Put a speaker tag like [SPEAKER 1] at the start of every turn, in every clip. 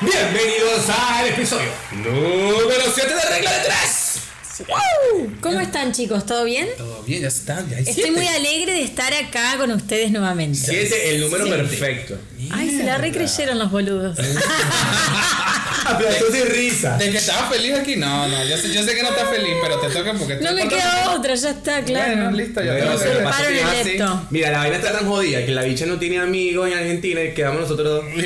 [SPEAKER 1] bienvenidos al episodio número 7 de Regla de 3.
[SPEAKER 2] ¿Cómo están chicos? ¿Todo bien?
[SPEAKER 3] Todo bien, ya está. Ya hay
[SPEAKER 2] Estoy
[SPEAKER 3] siete.
[SPEAKER 2] muy alegre de estar acá con ustedes nuevamente.
[SPEAKER 1] 7, el número
[SPEAKER 3] Siete.
[SPEAKER 1] perfecto.
[SPEAKER 2] Ay, se la recreyeron los boludos.
[SPEAKER 1] Aplausos y risas.
[SPEAKER 3] ¿De que estaba feliz aquí? No, no, yo sé, yo sé que no estás feliz, pero te toca porque te
[SPEAKER 2] No me
[SPEAKER 3] toca-
[SPEAKER 2] queda otra, ya está,
[SPEAKER 3] Bueno,
[SPEAKER 2] claro.
[SPEAKER 3] listo, ya
[SPEAKER 1] Bueno,
[SPEAKER 3] tengo
[SPEAKER 1] se lo
[SPEAKER 3] que-
[SPEAKER 1] pasa
[SPEAKER 2] Paro
[SPEAKER 1] que
[SPEAKER 2] en
[SPEAKER 3] Ah,
[SPEAKER 1] es
[SPEAKER 2] el
[SPEAKER 1] así.
[SPEAKER 2] lepto.
[SPEAKER 1] Mira, la vaina está tan jodida que la bicha no tiene amigos en Argentina y quedamos nosotros dos.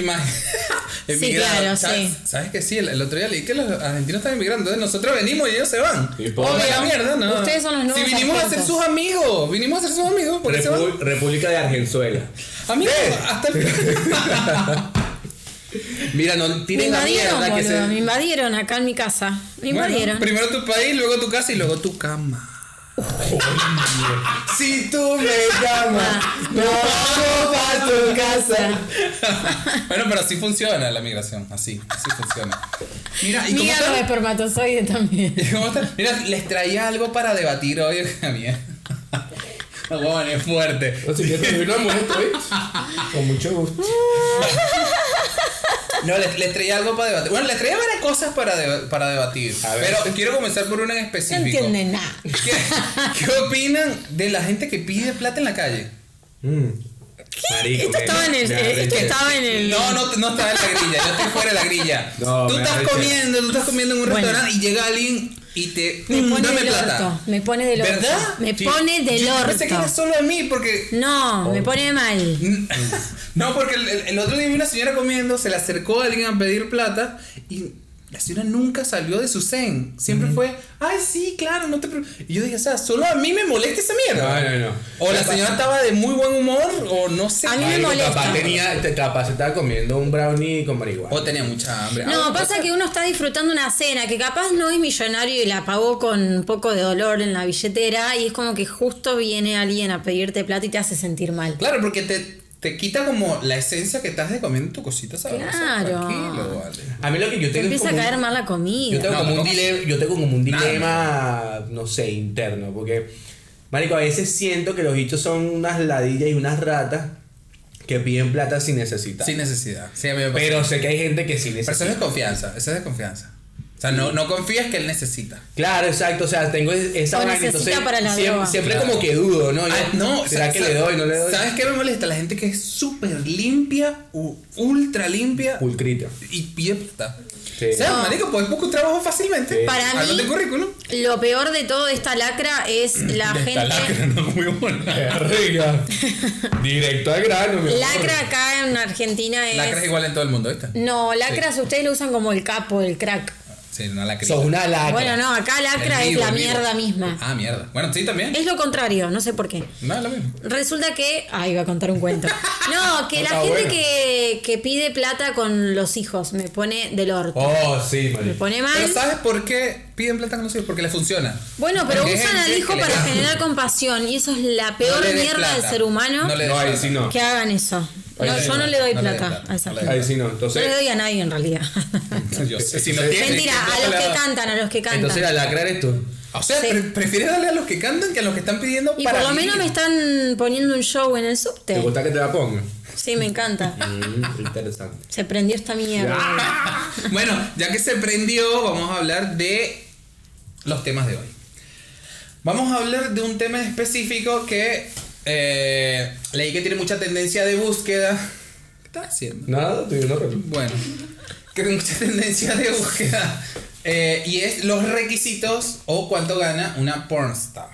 [SPEAKER 3] Imagínate.
[SPEAKER 2] claro,
[SPEAKER 3] ¿sabes?
[SPEAKER 2] sí.
[SPEAKER 3] ¿Sabes que sí? El, el otro día leí que los argentinos están emigrando. entonces Nosotros venimos y ellos se van.
[SPEAKER 1] Y por-
[SPEAKER 3] Oh, la mierda, no.
[SPEAKER 2] Ustedes son los
[SPEAKER 3] Si
[SPEAKER 2] nuevos
[SPEAKER 3] vinimos a ser
[SPEAKER 2] argentos.
[SPEAKER 3] sus amigos. Vinimos a ser sus amigos. Por eso.
[SPEAKER 1] Repu- República de Argenzuela.
[SPEAKER 3] Amigos, hasta el. Mira, no
[SPEAKER 2] Me
[SPEAKER 3] tiren la
[SPEAKER 2] invadieron,
[SPEAKER 3] mierda que se.
[SPEAKER 2] boludo. Me invadieron acá en mi casa. Me
[SPEAKER 3] Bueno,
[SPEAKER 2] invadieron.
[SPEAKER 3] primero tu país, luego tu casa y luego tu cama.
[SPEAKER 1] Si tú me
[SPEAKER 2] Ah,
[SPEAKER 3] Ah,
[SPEAKER 1] llamas, no vamos a tu casa.
[SPEAKER 3] bueno, pero así funciona la migración. Así, así funciona. Mira, ¿y cómo
[SPEAKER 2] Mira los
[SPEAKER 3] están?
[SPEAKER 2] espermatozoides también.
[SPEAKER 3] ¿Y cómo están? Mira, les traía algo para debatir hoy. Mía. Bueno, es fuerte.
[SPEAKER 1] No sé, yo te una mujer, Con mucho gusto.
[SPEAKER 3] No, les, les traía algo para debatir. Bueno, les traía varias cosas para, deba- para debatir.
[SPEAKER 1] A ver.
[SPEAKER 3] Pero quiero comenzar por una en
[SPEAKER 2] No
[SPEAKER 3] específico.
[SPEAKER 2] entienden nada.
[SPEAKER 3] ¿Qué, qué opinan de la gente que pide plata en la calle?
[SPEAKER 1] Marico,
[SPEAKER 2] Esto
[SPEAKER 1] me-
[SPEAKER 2] estaba en el.
[SPEAKER 1] me
[SPEAKER 2] eh, Esto
[SPEAKER 1] arreché.
[SPEAKER 2] estaba en el.
[SPEAKER 3] No, no, no estaba en la grilla, yo estoy fuera de la grilla.
[SPEAKER 1] No,
[SPEAKER 3] tú
[SPEAKER 1] me
[SPEAKER 3] estás
[SPEAKER 1] arreché.
[SPEAKER 3] comiendo, tú estás comiendo en un
[SPEAKER 2] Bueno.
[SPEAKER 3] restaurante y llega alguien y te
[SPEAKER 2] Me
[SPEAKER 3] mm,
[SPEAKER 2] pone
[SPEAKER 3] dame
[SPEAKER 2] del
[SPEAKER 3] plata.
[SPEAKER 2] orto. Me pone del orto.
[SPEAKER 3] ¿Verdad?
[SPEAKER 2] Me
[SPEAKER 3] Sí.
[SPEAKER 2] pone del
[SPEAKER 3] Yo Pensé que Oh. era
[SPEAKER 2] orto.
[SPEAKER 3] solo a mí porque
[SPEAKER 2] No, me pone mal.
[SPEAKER 3] no, porque el, el- el otro día vi una señora comiendo, se le acercó a alguien a pedir plata y la señora nunca salió de su zen. Siempre fue, ay, sí, claro, no te preocupes. Y yo dije, o sea, solo a mí me molesta esa mierda.
[SPEAKER 1] No, no, no.
[SPEAKER 3] O la
[SPEAKER 1] Capaz-
[SPEAKER 3] señora estaba de muy buen humor, o no sé.
[SPEAKER 2] A mí me
[SPEAKER 1] Marico,
[SPEAKER 2] molesta.
[SPEAKER 1] Capaz, tenía, te- capaz estaba comiendo un brownie con marihuana.
[SPEAKER 3] O tenía mucha hambre. Ah,
[SPEAKER 2] No, pasa que uno está disfrutando una cena que capaz no es millonario y la pagó con un poco de dolor en la billetera y es como que justo viene alguien a pedirte plata y te hace sentir mal.
[SPEAKER 3] Claro, porque te, te quita como la esencia que estás de comiendo tu cosita sabrosa.
[SPEAKER 2] Claro.
[SPEAKER 3] Tranquilo, vale.
[SPEAKER 1] A mí lo que yo
[SPEAKER 2] Te
[SPEAKER 1] tengo es
[SPEAKER 2] empieza a
[SPEAKER 1] como un-
[SPEAKER 2] caer mal la
[SPEAKER 1] Yo
[SPEAKER 2] comida.
[SPEAKER 1] tengo,
[SPEAKER 3] No,
[SPEAKER 1] como un
[SPEAKER 3] tampoco.
[SPEAKER 1] dilema, yo tengo como un
[SPEAKER 3] Nada.
[SPEAKER 1] dilema, no sé, interno, porque, marico, a veces siento que los bichos son unas ladillas y unas ratas que piden plata sin necesidad.
[SPEAKER 3] Sin necesidad. Sí, a mí me pasa.
[SPEAKER 1] pero sé que hay gente que sí
[SPEAKER 3] Pero eso
[SPEAKER 1] necesita.
[SPEAKER 3] es desconfianza, eso es desconfianza. O sea, no, no confías que él necesita.
[SPEAKER 1] Claro, exacto, o sea, tengo esa
[SPEAKER 2] O
[SPEAKER 1] vaina,
[SPEAKER 2] necesita
[SPEAKER 1] entonces
[SPEAKER 2] para la
[SPEAKER 1] siem-
[SPEAKER 2] droga.
[SPEAKER 1] siempre, como que dudo, ¿no? Yo,
[SPEAKER 3] Ah, no,
[SPEAKER 1] ¿Será
[SPEAKER 3] sa-
[SPEAKER 1] que
[SPEAKER 3] sa-
[SPEAKER 1] le doy, no le doy?
[SPEAKER 3] ¿Sabes qué me molesta? La gente que es súper limpia, u- ultra limpia
[SPEAKER 1] Pulcrita.
[SPEAKER 3] y pide plata.
[SPEAKER 1] Sí.
[SPEAKER 3] ¿Sabes,
[SPEAKER 2] No.
[SPEAKER 3] marico? Puedes buscar trabajo fácilmente.
[SPEAKER 1] Sí.
[SPEAKER 2] Para
[SPEAKER 3] Hablando
[SPEAKER 2] mí,
[SPEAKER 3] de currículum.
[SPEAKER 2] lo peor de todo esta lacra es la
[SPEAKER 3] De esta
[SPEAKER 2] gente.
[SPEAKER 3] lacra, no, muy buena.
[SPEAKER 1] Rica. Directo al grano, mi amor.
[SPEAKER 2] Lacra acá en Argentina es.
[SPEAKER 3] Lacra es igual en todo el mundo, ¿viste?
[SPEAKER 2] No, lacras ustedes lo usan como el capo, el crack.
[SPEAKER 3] Sí, una lacra.
[SPEAKER 1] Sos una lacra.
[SPEAKER 2] Bueno, no, acá lacra es la mierda misma.
[SPEAKER 3] Ah, mierda. Bueno, sí, también.
[SPEAKER 2] Es lo contrario, no sé por qué.
[SPEAKER 3] No, es lo mismo.
[SPEAKER 2] Resulta que. Ay, iba a contar un cuento. No, que
[SPEAKER 1] No
[SPEAKER 2] la
[SPEAKER 1] está
[SPEAKER 2] gente
[SPEAKER 1] bueno.
[SPEAKER 2] que, que pide plata con los hijos me pone del orto.
[SPEAKER 1] Oh, sí,
[SPEAKER 2] Me
[SPEAKER 1] marico.
[SPEAKER 2] pone mal.
[SPEAKER 3] Pero ¿sabes por qué piden plata con los hijos? Porque les funciona.
[SPEAKER 2] Bueno, pero
[SPEAKER 3] Porque hay
[SPEAKER 2] usan al
[SPEAKER 3] gente
[SPEAKER 2] hijo
[SPEAKER 3] que le
[SPEAKER 2] para
[SPEAKER 3] da-
[SPEAKER 2] generar compasión y eso es la
[SPEAKER 3] No
[SPEAKER 2] peor
[SPEAKER 3] le des
[SPEAKER 2] mierda
[SPEAKER 3] plata.
[SPEAKER 2] del ser humano.
[SPEAKER 3] No le des
[SPEAKER 1] No, ahí
[SPEAKER 3] plata.
[SPEAKER 1] sí no.
[SPEAKER 2] Que hagan eso.
[SPEAKER 3] Oye,
[SPEAKER 2] No,
[SPEAKER 3] sí,
[SPEAKER 2] yo no
[SPEAKER 3] no,
[SPEAKER 2] le doy
[SPEAKER 3] no le des
[SPEAKER 2] plata
[SPEAKER 3] plata,
[SPEAKER 2] a esa
[SPEAKER 3] no le
[SPEAKER 2] gente.
[SPEAKER 1] Ahí sí no,
[SPEAKER 2] No
[SPEAKER 1] entonces...
[SPEAKER 2] le doy a nadie en realidad.
[SPEAKER 3] Yo sé, si no
[SPEAKER 1] Mentira,
[SPEAKER 3] tiene,
[SPEAKER 2] Mentira,
[SPEAKER 3] ¿quién
[SPEAKER 2] a
[SPEAKER 3] plata
[SPEAKER 2] los
[SPEAKER 3] le
[SPEAKER 2] que
[SPEAKER 3] va a dar?
[SPEAKER 2] cantan, a los que
[SPEAKER 1] Entonces la
[SPEAKER 2] cantan.
[SPEAKER 1] lacra eres tú.
[SPEAKER 3] O sea,
[SPEAKER 2] Sí.
[SPEAKER 3] pre- prefieres darle a los que cantan que a los que están pidiendo
[SPEAKER 2] Y
[SPEAKER 3] para
[SPEAKER 2] por lo
[SPEAKER 3] vivir.
[SPEAKER 2] menos me están poniendo un show en el
[SPEAKER 1] ¿Te
[SPEAKER 2] subte.
[SPEAKER 1] gusta que te la ponga?
[SPEAKER 2] Sí, me encanta.
[SPEAKER 1] Mm, interesante.
[SPEAKER 2] Se prendió esta mierda.
[SPEAKER 3] Bueno, ya que se prendió, vamos a hablar de los temas de hoy. Vamos a hablar de un tema específico que eh, leí que tiene mucha tendencia de búsqueda. ¿Qué estás haciendo?
[SPEAKER 1] Nada, tú y una pregunta.
[SPEAKER 3] Bueno, que tiene mucha tendencia de búsqueda. eh, y es los requisitos o cuánto gana una pornstar.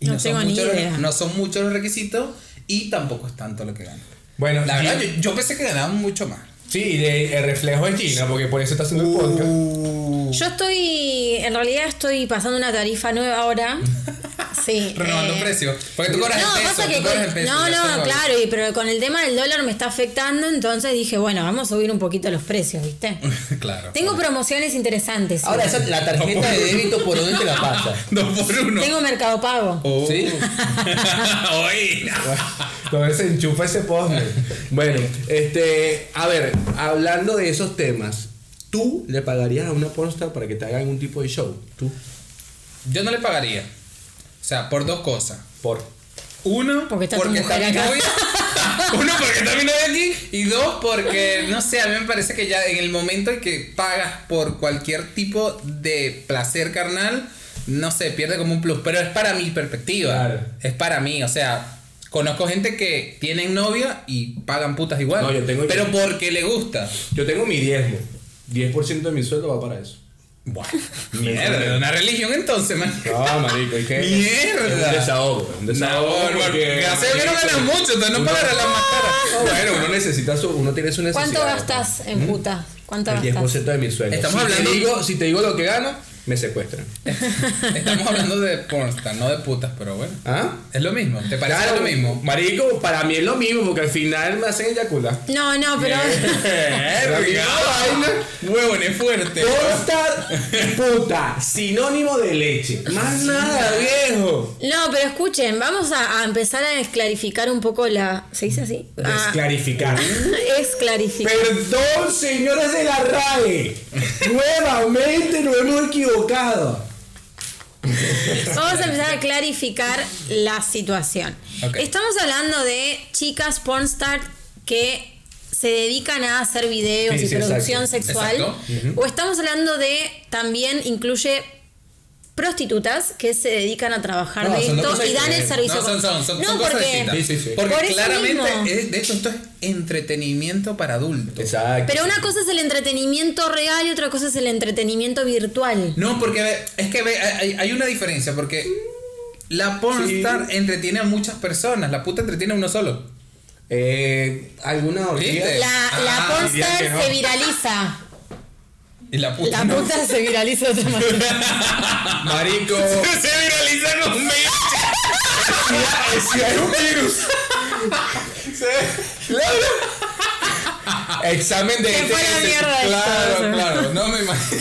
[SPEAKER 3] Y
[SPEAKER 2] No
[SPEAKER 3] son
[SPEAKER 2] tengo ni
[SPEAKER 3] muchos los-
[SPEAKER 2] idea.
[SPEAKER 3] no son muchos los requisitos y tampoco es tanto lo que gana.
[SPEAKER 1] Bueno,
[SPEAKER 3] La
[SPEAKER 1] y-
[SPEAKER 3] verdad, yo, yo pensé que ganaban mucho más.
[SPEAKER 1] Sí, y de- el reflejo de China, porque por eso está haciendo el podcast.
[SPEAKER 3] Uh.
[SPEAKER 2] Yo estoy, en realidad estoy pasando una tarifa nueva ahora. Sí.
[SPEAKER 3] Renovando
[SPEAKER 2] eh,
[SPEAKER 3] precios. Porque tú cobras
[SPEAKER 2] No,
[SPEAKER 3] el peso.
[SPEAKER 2] pasa
[SPEAKER 3] tú
[SPEAKER 2] que
[SPEAKER 3] cobras
[SPEAKER 2] con-
[SPEAKER 3] el peso,
[SPEAKER 2] no,
[SPEAKER 3] ya
[SPEAKER 2] no,
[SPEAKER 3] sabes.
[SPEAKER 2] claro, y, pero con el tema del dólar me está afectando, entonces dije, bueno, vamos a subir un poquito los precios, ¿viste?
[SPEAKER 3] Mm. claro.
[SPEAKER 2] Tengo promociones interesantes.
[SPEAKER 1] Ahora, esa, la tarjeta de débito, ¿por dónde te la pasa?
[SPEAKER 3] Dos por uno.
[SPEAKER 2] Tengo Mercado Pago.
[SPEAKER 3] Oh.
[SPEAKER 1] ¿Sí?
[SPEAKER 3] Oíla.
[SPEAKER 1] Entonces se enchufa ese postre. Bueno, este, a ver, hablando de esos temas, ¿tú le pagarías a una pornstar para que te haga algún tipo de show? ¿Tú?
[SPEAKER 3] Yo no le pagaría. O sea, por dos cosas.
[SPEAKER 1] ¿Por?
[SPEAKER 3] Uno,
[SPEAKER 2] Porque está tu
[SPEAKER 3] porque
[SPEAKER 2] mujer
[SPEAKER 3] está mi
[SPEAKER 2] acá.
[SPEAKER 3] novia. Uno, porque también hay aquí. Y dos, porque, no sé, a mí me parece que ya en el momento en que pagas por cualquier tipo de placer carnal, no sé, pierde como un plus. Pero es para mi perspectiva.
[SPEAKER 1] Claro.
[SPEAKER 3] Es para mí, o sea. Conozco gente que tienen novia y pagan putas igual.
[SPEAKER 1] No, yo tengo-
[SPEAKER 3] pero porque le gusta.
[SPEAKER 1] Yo tengo mi diezmo. 10% de mi sueldo va para eso.
[SPEAKER 3] Bueno, mierda, de una religión entonces, man.
[SPEAKER 1] No, Ah, marico, es que.
[SPEAKER 3] Mierda.
[SPEAKER 1] Es un desahogo. Un desahogo.
[SPEAKER 3] No, hermano,
[SPEAKER 1] porque-
[SPEAKER 3] gracias a Dios que no ganas mucho, entonces no
[SPEAKER 1] Uno-
[SPEAKER 3] pagarás las más
[SPEAKER 1] No,
[SPEAKER 3] caras.
[SPEAKER 1] bueno, uno necesita su. Uno tiene su necesidad.
[SPEAKER 2] ¿Cuánto gastas
[SPEAKER 3] ¿Mm?
[SPEAKER 2] en putas? ¿Cuánto
[SPEAKER 1] El
[SPEAKER 2] gastas?
[SPEAKER 1] 10% de mi sueldo.
[SPEAKER 3] Estamos
[SPEAKER 1] si
[SPEAKER 3] hablando-
[SPEAKER 1] Te digo, si te digo lo que gano, me secuestran.
[SPEAKER 3] Estamos hablando de pornstar, no de putas, pero bueno.
[SPEAKER 1] ¿Ah?
[SPEAKER 3] Es lo mismo, ¿te parece lo mismo?
[SPEAKER 1] Marico, para mí es lo mismo, porque al final me hacen eyacular.
[SPEAKER 2] No, no, pero.
[SPEAKER 1] Mierda, vaina.
[SPEAKER 3] Huevón, es fuerte.
[SPEAKER 1] Pornstar, puta, sinónimo de leche. Más nada, viejo.
[SPEAKER 2] No, pero escuchen, vamos a, a empezar a esclarificar un poco la. ¿Se dice así? Ah,
[SPEAKER 1] Desclarificar.
[SPEAKER 2] esclarificar.
[SPEAKER 1] Perdón, señores de la RAE. Nuevamente nos hemos equivocado.
[SPEAKER 2] Vamos a empezar a clarificar la situación.
[SPEAKER 3] Ok.
[SPEAKER 2] Estamos hablando de chicas pornstar que se dedican a hacer videos
[SPEAKER 1] Sí,
[SPEAKER 2] y
[SPEAKER 1] sí,
[SPEAKER 2] producción
[SPEAKER 1] exacto.
[SPEAKER 2] sexual.
[SPEAKER 3] Exacto.
[SPEAKER 2] O estamos hablando de también incluye prostitutas que se dedican a trabajar
[SPEAKER 1] No,
[SPEAKER 2] de
[SPEAKER 1] son dos
[SPEAKER 2] esto
[SPEAKER 1] cosas
[SPEAKER 2] y dan el
[SPEAKER 1] diferentes.
[SPEAKER 2] servicio.
[SPEAKER 3] No, son, son, son,
[SPEAKER 2] No,
[SPEAKER 3] son cosas distintas.
[SPEAKER 2] porque.
[SPEAKER 1] Sí, sí, sí.
[SPEAKER 3] Porque
[SPEAKER 2] Por eso
[SPEAKER 3] claramente,
[SPEAKER 2] mismo.
[SPEAKER 3] es- de hecho, esto es entretenimiento para adultos.
[SPEAKER 1] Exacto.
[SPEAKER 2] Pero una cosa es el entretenimiento real y otra cosa es el entretenimiento virtual.
[SPEAKER 3] No, porque ve- es que ve, hay, hay una diferencia, porque la pornstar entretiene a muchas personas, la puta entretiene a uno solo.
[SPEAKER 1] Eh, ¿Alguna orgía?
[SPEAKER 3] ¿Viste?
[SPEAKER 2] La, la
[SPEAKER 3] Ah,
[SPEAKER 1] Eh, diría que
[SPEAKER 2] pornstar
[SPEAKER 1] no.
[SPEAKER 2] se viraliza.
[SPEAKER 3] Y la puta.
[SPEAKER 2] La
[SPEAKER 3] no.
[SPEAKER 2] puta se viraliza de otra manera.
[SPEAKER 1] Marico.
[SPEAKER 3] Se viraliza con un
[SPEAKER 1] si hay un virus.
[SPEAKER 3] Examen de
[SPEAKER 2] Se fue la mierda esto,
[SPEAKER 3] Claro,
[SPEAKER 2] se fue.
[SPEAKER 3] claro, no me imagino.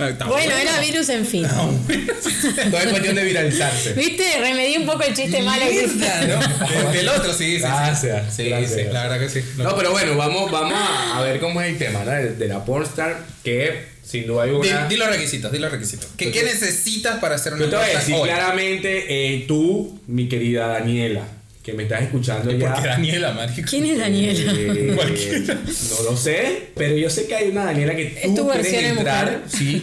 [SPEAKER 3] No, está
[SPEAKER 2] Bueno, era virus, en fin.
[SPEAKER 1] No es cuestión de viralizarse.
[SPEAKER 2] ¿Viste? Remedié un poco el chiste malo que hice.
[SPEAKER 3] Mierda,
[SPEAKER 2] este.
[SPEAKER 3] ¿no? Del otro, sí, sí, sí.
[SPEAKER 1] Gracias,
[SPEAKER 3] Sí,
[SPEAKER 1] gracias.
[SPEAKER 3] sí, la verdad que sí.
[SPEAKER 1] No, pero bueno, vamos, vamos a, a ver cómo es el tema ¿no? de, de la pornstar. Que sin duda
[SPEAKER 3] Di,
[SPEAKER 1] alguna.
[SPEAKER 3] di los requisitos, di los requisitos. ¿Qué, qué necesitas para hacer una
[SPEAKER 1] Yo te voy a
[SPEAKER 3] pornstar
[SPEAKER 1] decir
[SPEAKER 3] hoy?
[SPEAKER 1] claramente, eh, tú, mi querida Daniela, que me estás escuchando ya.
[SPEAKER 3] Porque Daniela, marico.
[SPEAKER 2] ¿Quién es Daniela?
[SPEAKER 1] Eh,
[SPEAKER 3] Cualquiera.
[SPEAKER 1] no lo sé, pero yo sé que hay una Daniela que tú
[SPEAKER 2] Es tu
[SPEAKER 1] quieres
[SPEAKER 2] versión de
[SPEAKER 1] entrar.
[SPEAKER 2] mujer.
[SPEAKER 1] Sí.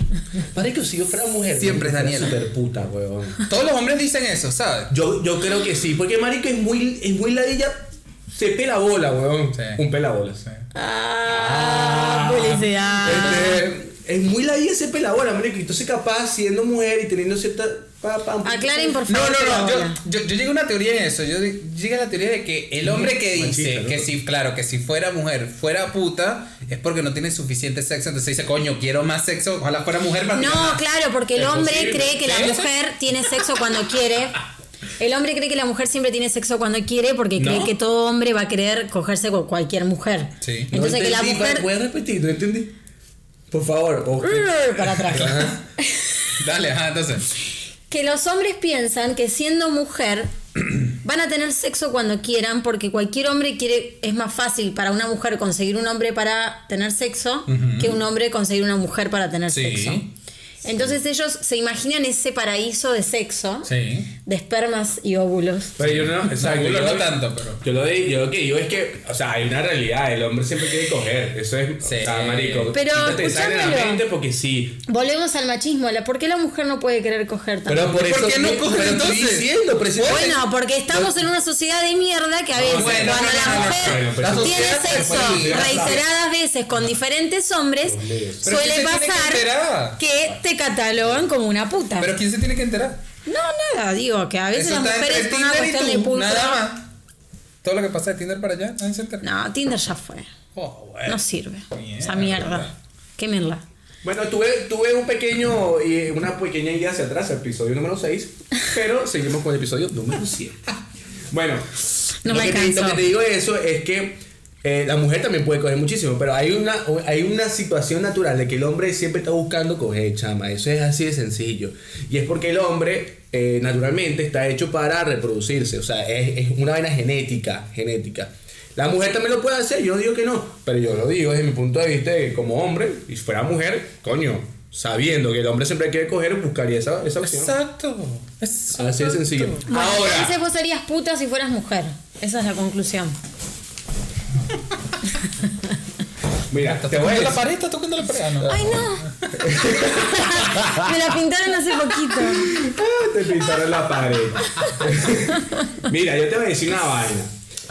[SPEAKER 1] Parece que si yo fuera mujer.
[SPEAKER 3] Siempre es
[SPEAKER 1] fuera
[SPEAKER 3] Daniela.
[SPEAKER 1] Super puta, weón.
[SPEAKER 3] Todos los hombres dicen eso, ¿sabes?
[SPEAKER 1] Yo, yo creo que sí, porque Marico es muy, es muy ladilla. Se pela bola, weón.
[SPEAKER 3] Sí.
[SPEAKER 1] Un pela bola.
[SPEAKER 2] Ah, publicidad.
[SPEAKER 1] Este, es muy ladilla ese pela bola, Marico. Entonces, capaz, siendo mujer y teniendo cierta. pa, pa, un-
[SPEAKER 2] Aclaren, por
[SPEAKER 3] No,
[SPEAKER 2] favor.
[SPEAKER 3] no, no.
[SPEAKER 2] que
[SPEAKER 3] Yo,
[SPEAKER 2] ahora.
[SPEAKER 3] yo, yo llegué a una teoría en eso. Yo di- llegué a la teoría de que el hombre que
[SPEAKER 1] Machista,
[SPEAKER 3] dice
[SPEAKER 1] ¿no?
[SPEAKER 3] que si, claro, que si fuera mujer, fuera puta, es porque no tiene suficiente sexo. Entonces dice, coño, quiero más sexo. Ojalá fuera mujer para tener
[SPEAKER 2] No,
[SPEAKER 3] más".
[SPEAKER 2] claro, porque el
[SPEAKER 1] Es
[SPEAKER 2] hombre
[SPEAKER 1] posible.
[SPEAKER 2] cree que la
[SPEAKER 3] ¿Eh?
[SPEAKER 2] mujer tiene sexo cuando quiere. El hombre cree que la mujer siempre tiene sexo cuando quiere porque cree
[SPEAKER 3] ¿No?
[SPEAKER 2] que todo hombre va a querer cogerse con cualquier mujer.
[SPEAKER 3] Sí.
[SPEAKER 1] No
[SPEAKER 2] Entonces que la
[SPEAKER 1] entendí,
[SPEAKER 2] mujer...
[SPEAKER 1] ¿Puedes repetir? No entendí. Por favor. o-
[SPEAKER 2] Para atrás.
[SPEAKER 3] Dale, ajá, entonces.
[SPEAKER 2] que los hombres piensan que siendo mujer van a tener sexo cuando quieran porque cualquier hombre quiere es más fácil para una mujer conseguir un hombre para tener sexo que un hombre conseguir una mujer para tener
[SPEAKER 3] Sí.
[SPEAKER 2] sexo. Entonces ellos se imaginan ese paraíso de sexo,
[SPEAKER 3] Sí.
[SPEAKER 2] de espermas y óvulos.
[SPEAKER 1] Pero yo no, exacto.
[SPEAKER 3] No,
[SPEAKER 1] yo,
[SPEAKER 3] no tanto, pero.
[SPEAKER 1] yo lo de- yo lo que digo es que, o sea, hay una realidad, el hombre siempre quiere coger, eso es,
[SPEAKER 3] Sí.
[SPEAKER 1] o sea, marico,
[SPEAKER 2] Pero,
[SPEAKER 1] quítate esa en la
[SPEAKER 2] escuchámelo.
[SPEAKER 1] mente porque sí.
[SPEAKER 2] Volvemos al machismo, la- ¿por qué la mujer no puede querer coger tanto?
[SPEAKER 1] Pero por,
[SPEAKER 3] ¿Por
[SPEAKER 1] eso
[SPEAKER 3] qué no
[SPEAKER 1] pero
[SPEAKER 3] coge
[SPEAKER 1] estoy
[SPEAKER 3] entonces?
[SPEAKER 1] diciendo,
[SPEAKER 3] ¿Eh?
[SPEAKER 1] precisamente.
[SPEAKER 2] bueno, porque estamos en una sociedad de mierda que a veces
[SPEAKER 3] bueno,
[SPEAKER 2] cuando
[SPEAKER 3] no,
[SPEAKER 2] la
[SPEAKER 3] no, no,
[SPEAKER 2] mujer
[SPEAKER 1] no, pero-
[SPEAKER 2] tiene
[SPEAKER 3] La sociedad
[SPEAKER 2] sexo
[SPEAKER 3] es política,
[SPEAKER 2] reiteradas veces con diferentes hombres,
[SPEAKER 3] Pero
[SPEAKER 2] suele
[SPEAKER 3] ¿quién se tiene que enterar?
[SPEAKER 2] pasar que te catalogan como una puta.
[SPEAKER 3] Pero ¿quién se tiene que enterar?
[SPEAKER 2] No, nada, digo que a veces
[SPEAKER 3] Eso
[SPEAKER 2] las
[SPEAKER 3] está entre
[SPEAKER 2] mujeres por una
[SPEAKER 3] Tinder
[SPEAKER 2] cuestión de
[SPEAKER 3] y tú.
[SPEAKER 2] pulso.
[SPEAKER 3] Nada más. Todo lo que pasa de Tinder para allá, nadie se entera.
[SPEAKER 2] No, Tinder ya fue.
[SPEAKER 3] Oh, bueno.
[SPEAKER 1] pues.
[SPEAKER 2] No sirve.
[SPEAKER 3] Mierda.
[SPEAKER 2] Esa mierda. Quémenla.
[SPEAKER 1] Bueno, tuve, tuve un pequeño, eh, una pequeña idea hacia atrás, el episodio número 6, pero seguimos con el episodio número 7. Bueno,
[SPEAKER 2] No
[SPEAKER 1] lo,
[SPEAKER 2] me
[SPEAKER 1] que te,
[SPEAKER 2] alcanzó.
[SPEAKER 1] lo que te digo de eso es que eh, la mujer también puede coger muchísimo, pero hay una, hay una situación natural de que el hombre siempre está buscando coger chama, eso es así de sencillo. Y es porque el hombre eh, naturalmente está hecho para reproducirse, o sea, es, es una vaina genética, genética. La mujer también lo puede hacer, yo no digo que no, pero yo lo digo desde mi punto de vista de que como hombre, y si fuera mujer, coño, sabiendo que el hombre siempre quiere coger, buscaría esa, esa opción.
[SPEAKER 3] Exacto.
[SPEAKER 1] Así de sencillo.
[SPEAKER 2] Bueno,
[SPEAKER 3] Ahora.
[SPEAKER 2] entonces vos serías puta si fueras mujer. Esa es la conclusión.
[SPEAKER 1] Mira,
[SPEAKER 3] ¿Está
[SPEAKER 1] te voy a
[SPEAKER 3] tocando la
[SPEAKER 1] decir-
[SPEAKER 3] pared? ¿Está tocando la pared? Ah, no.
[SPEAKER 2] ¡Ay, no! Me la pintaron hace poquito.
[SPEAKER 1] Ah, te pintaron la pared. Mira, yo te voy a decir una vaina.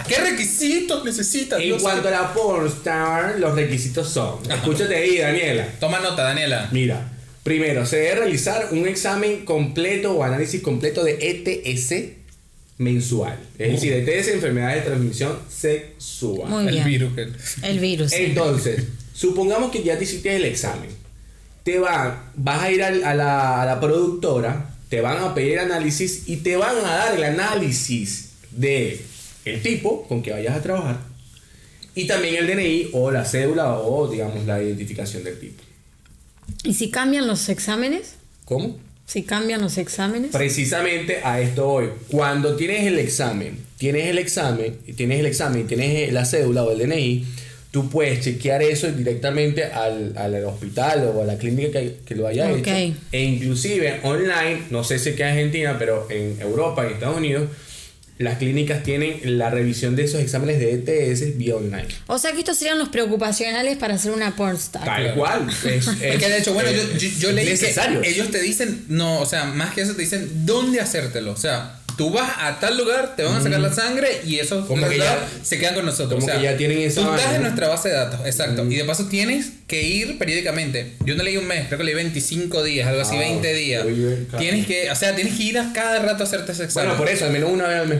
[SPEAKER 3] ¿Qué requisitos necesitas?
[SPEAKER 1] En
[SPEAKER 3] Dios?
[SPEAKER 1] cuanto a la pornstar, los requisitos son. Escúchate ahí, Daniela.
[SPEAKER 3] Toma nota, Daniela.
[SPEAKER 1] Mira, primero, se debe realizar un examen completo o análisis completo de ETS mensual. Es decir, ETS, enfermedades de transmisión sexual.
[SPEAKER 2] Muy
[SPEAKER 3] El
[SPEAKER 2] bien.
[SPEAKER 3] virus. que-
[SPEAKER 2] El virus. sí.
[SPEAKER 1] Entonces, supongamos que ya te hiciste el examen. Te van, vas a ir al- a, la, a la productora, te van a pedir análisis y te van a dar el análisis de el tipo con que vayas a trabajar y también el DNI o la cédula o digamos la identificación del tipo.
[SPEAKER 2] ¿Y si cambian los exámenes?
[SPEAKER 1] ¿Cómo?
[SPEAKER 2] Si cambian los exámenes.
[SPEAKER 1] Precisamente a esto hoy. Cuando tienes el examen, tienes el examen, y tienes el examen, tienes eh, la cédula o el DNI, tú puedes chequear eso directamente al, al hospital o a la clínica que, que lo haya
[SPEAKER 2] Ok.
[SPEAKER 1] hecho. E inclusive online, no sé si aquí en Argentina, pero en Europa, en Estados Unidos, las clínicas tienen la revisión de esos exámenes de ETS vía online.
[SPEAKER 2] O sea que estos serían los preocupacionales para hacer una pornstar.
[SPEAKER 1] Tal
[SPEAKER 3] Claro.
[SPEAKER 1] cual. Es,
[SPEAKER 3] Es que de hecho, bueno,
[SPEAKER 1] es-
[SPEAKER 3] yo, yo, yo
[SPEAKER 1] es
[SPEAKER 3] leí
[SPEAKER 1] necesario.
[SPEAKER 3] que ellos te dicen, no, o sea, más que eso te dicen dónde hacértelo. O sea, tú vas a tal lugar, te van a sacar la sangre y esos
[SPEAKER 1] Mm. Como que
[SPEAKER 3] resultados
[SPEAKER 1] ya-
[SPEAKER 3] se quedan con nosotros.
[SPEAKER 1] como
[SPEAKER 3] o sea,
[SPEAKER 1] que ya tienen esa
[SPEAKER 3] tú
[SPEAKER 1] vaina,
[SPEAKER 3] estás
[SPEAKER 1] ¿no?
[SPEAKER 3] en
[SPEAKER 1] Mm.
[SPEAKER 3] nuestra base de datos, exacto. Y de paso tienes que ir periódicamente. Yo no leí un mes, creo que leí 25 días, algo así,
[SPEAKER 1] Ah,
[SPEAKER 3] 20 días.
[SPEAKER 1] muy bien, claro.
[SPEAKER 3] Tienes que, o sea, tienes que ir a cada rato a hacerte ese examen.
[SPEAKER 1] Bueno, por
[SPEAKER 3] por,
[SPEAKER 1] eso, al menos una vez al mes.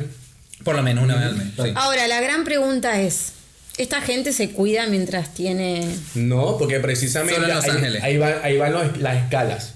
[SPEAKER 3] lo menos una vez al mes. sí.
[SPEAKER 2] Ahora, la gran pregunta es: ¿esta gente se cuida mientras tiene.?
[SPEAKER 1] No, porque precisamente
[SPEAKER 3] Solo en Los
[SPEAKER 1] ahí,
[SPEAKER 3] Ángeles.
[SPEAKER 1] ahí van, ahí van los- las escalas.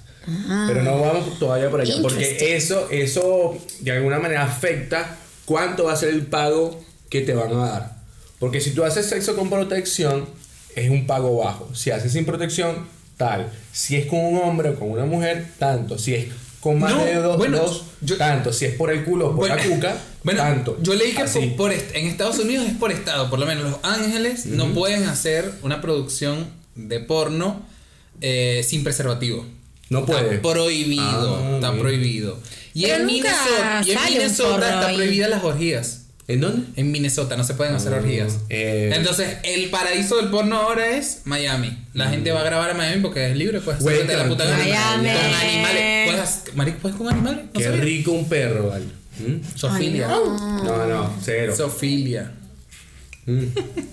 [SPEAKER 1] Pero no vamos todavía por allá. Porque
[SPEAKER 2] Interesting.
[SPEAKER 1] eso, eso de alguna manera afecta cuánto va a ser el pago que te van a dar. Porque si tú haces sexo con protección, es un pago bajo. Si haces sin protección, tal. Si es con un hombre o con una mujer, tanto. Si es con más
[SPEAKER 3] No,
[SPEAKER 1] de dos,
[SPEAKER 3] bueno,
[SPEAKER 1] dos,
[SPEAKER 3] yo-
[SPEAKER 1] tanto. Si es por el culo o por la cuca,
[SPEAKER 3] bueno,
[SPEAKER 1] tanto.
[SPEAKER 3] Yo leí que
[SPEAKER 1] Así.
[SPEAKER 3] por, por est- en Estados Unidos es por estado, por lo menos Los Ángeles no pueden hacer una producción de porno eh, sin preservativo.
[SPEAKER 1] No puede.
[SPEAKER 3] Está prohibido,
[SPEAKER 1] Ah,
[SPEAKER 3] está
[SPEAKER 1] mira.
[SPEAKER 3] prohibido. Y
[SPEAKER 2] Pero
[SPEAKER 3] en
[SPEAKER 2] nunca
[SPEAKER 3] Minnesota, y
[SPEAKER 2] sale un
[SPEAKER 3] en
[SPEAKER 2] porro
[SPEAKER 3] Minnesota está
[SPEAKER 2] ahí.
[SPEAKER 3] prohibida las orgías.
[SPEAKER 1] ¿En dónde?
[SPEAKER 3] En Minnesota no se pueden hacer
[SPEAKER 1] Ah,
[SPEAKER 3] orgías.
[SPEAKER 1] eh.
[SPEAKER 3] Entonces, el paraíso del porno ahora es Miami. La gente va a grabar a Miami porque es libre, puedes
[SPEAKER 1] Mm. Güey,
[SPEAKER 3] hacerte la puta gana.
[SPEAKER 2] Miami.
[SPEAKER 3] Con animales. ¿Puedes, hacer- marico, ¿puedes con animales? No
[SPEAKER 1] Qué
[SPEAKER 3] sabía.
[SPEAKER 1] rico un perro, vale. ¿Mm?
[SPEAKER 3] Zoofilia.
[SPEAKER 2] Ay,
[SPEAKER 1] No, no, cero.
[SPEAKER 3] Zoofilia.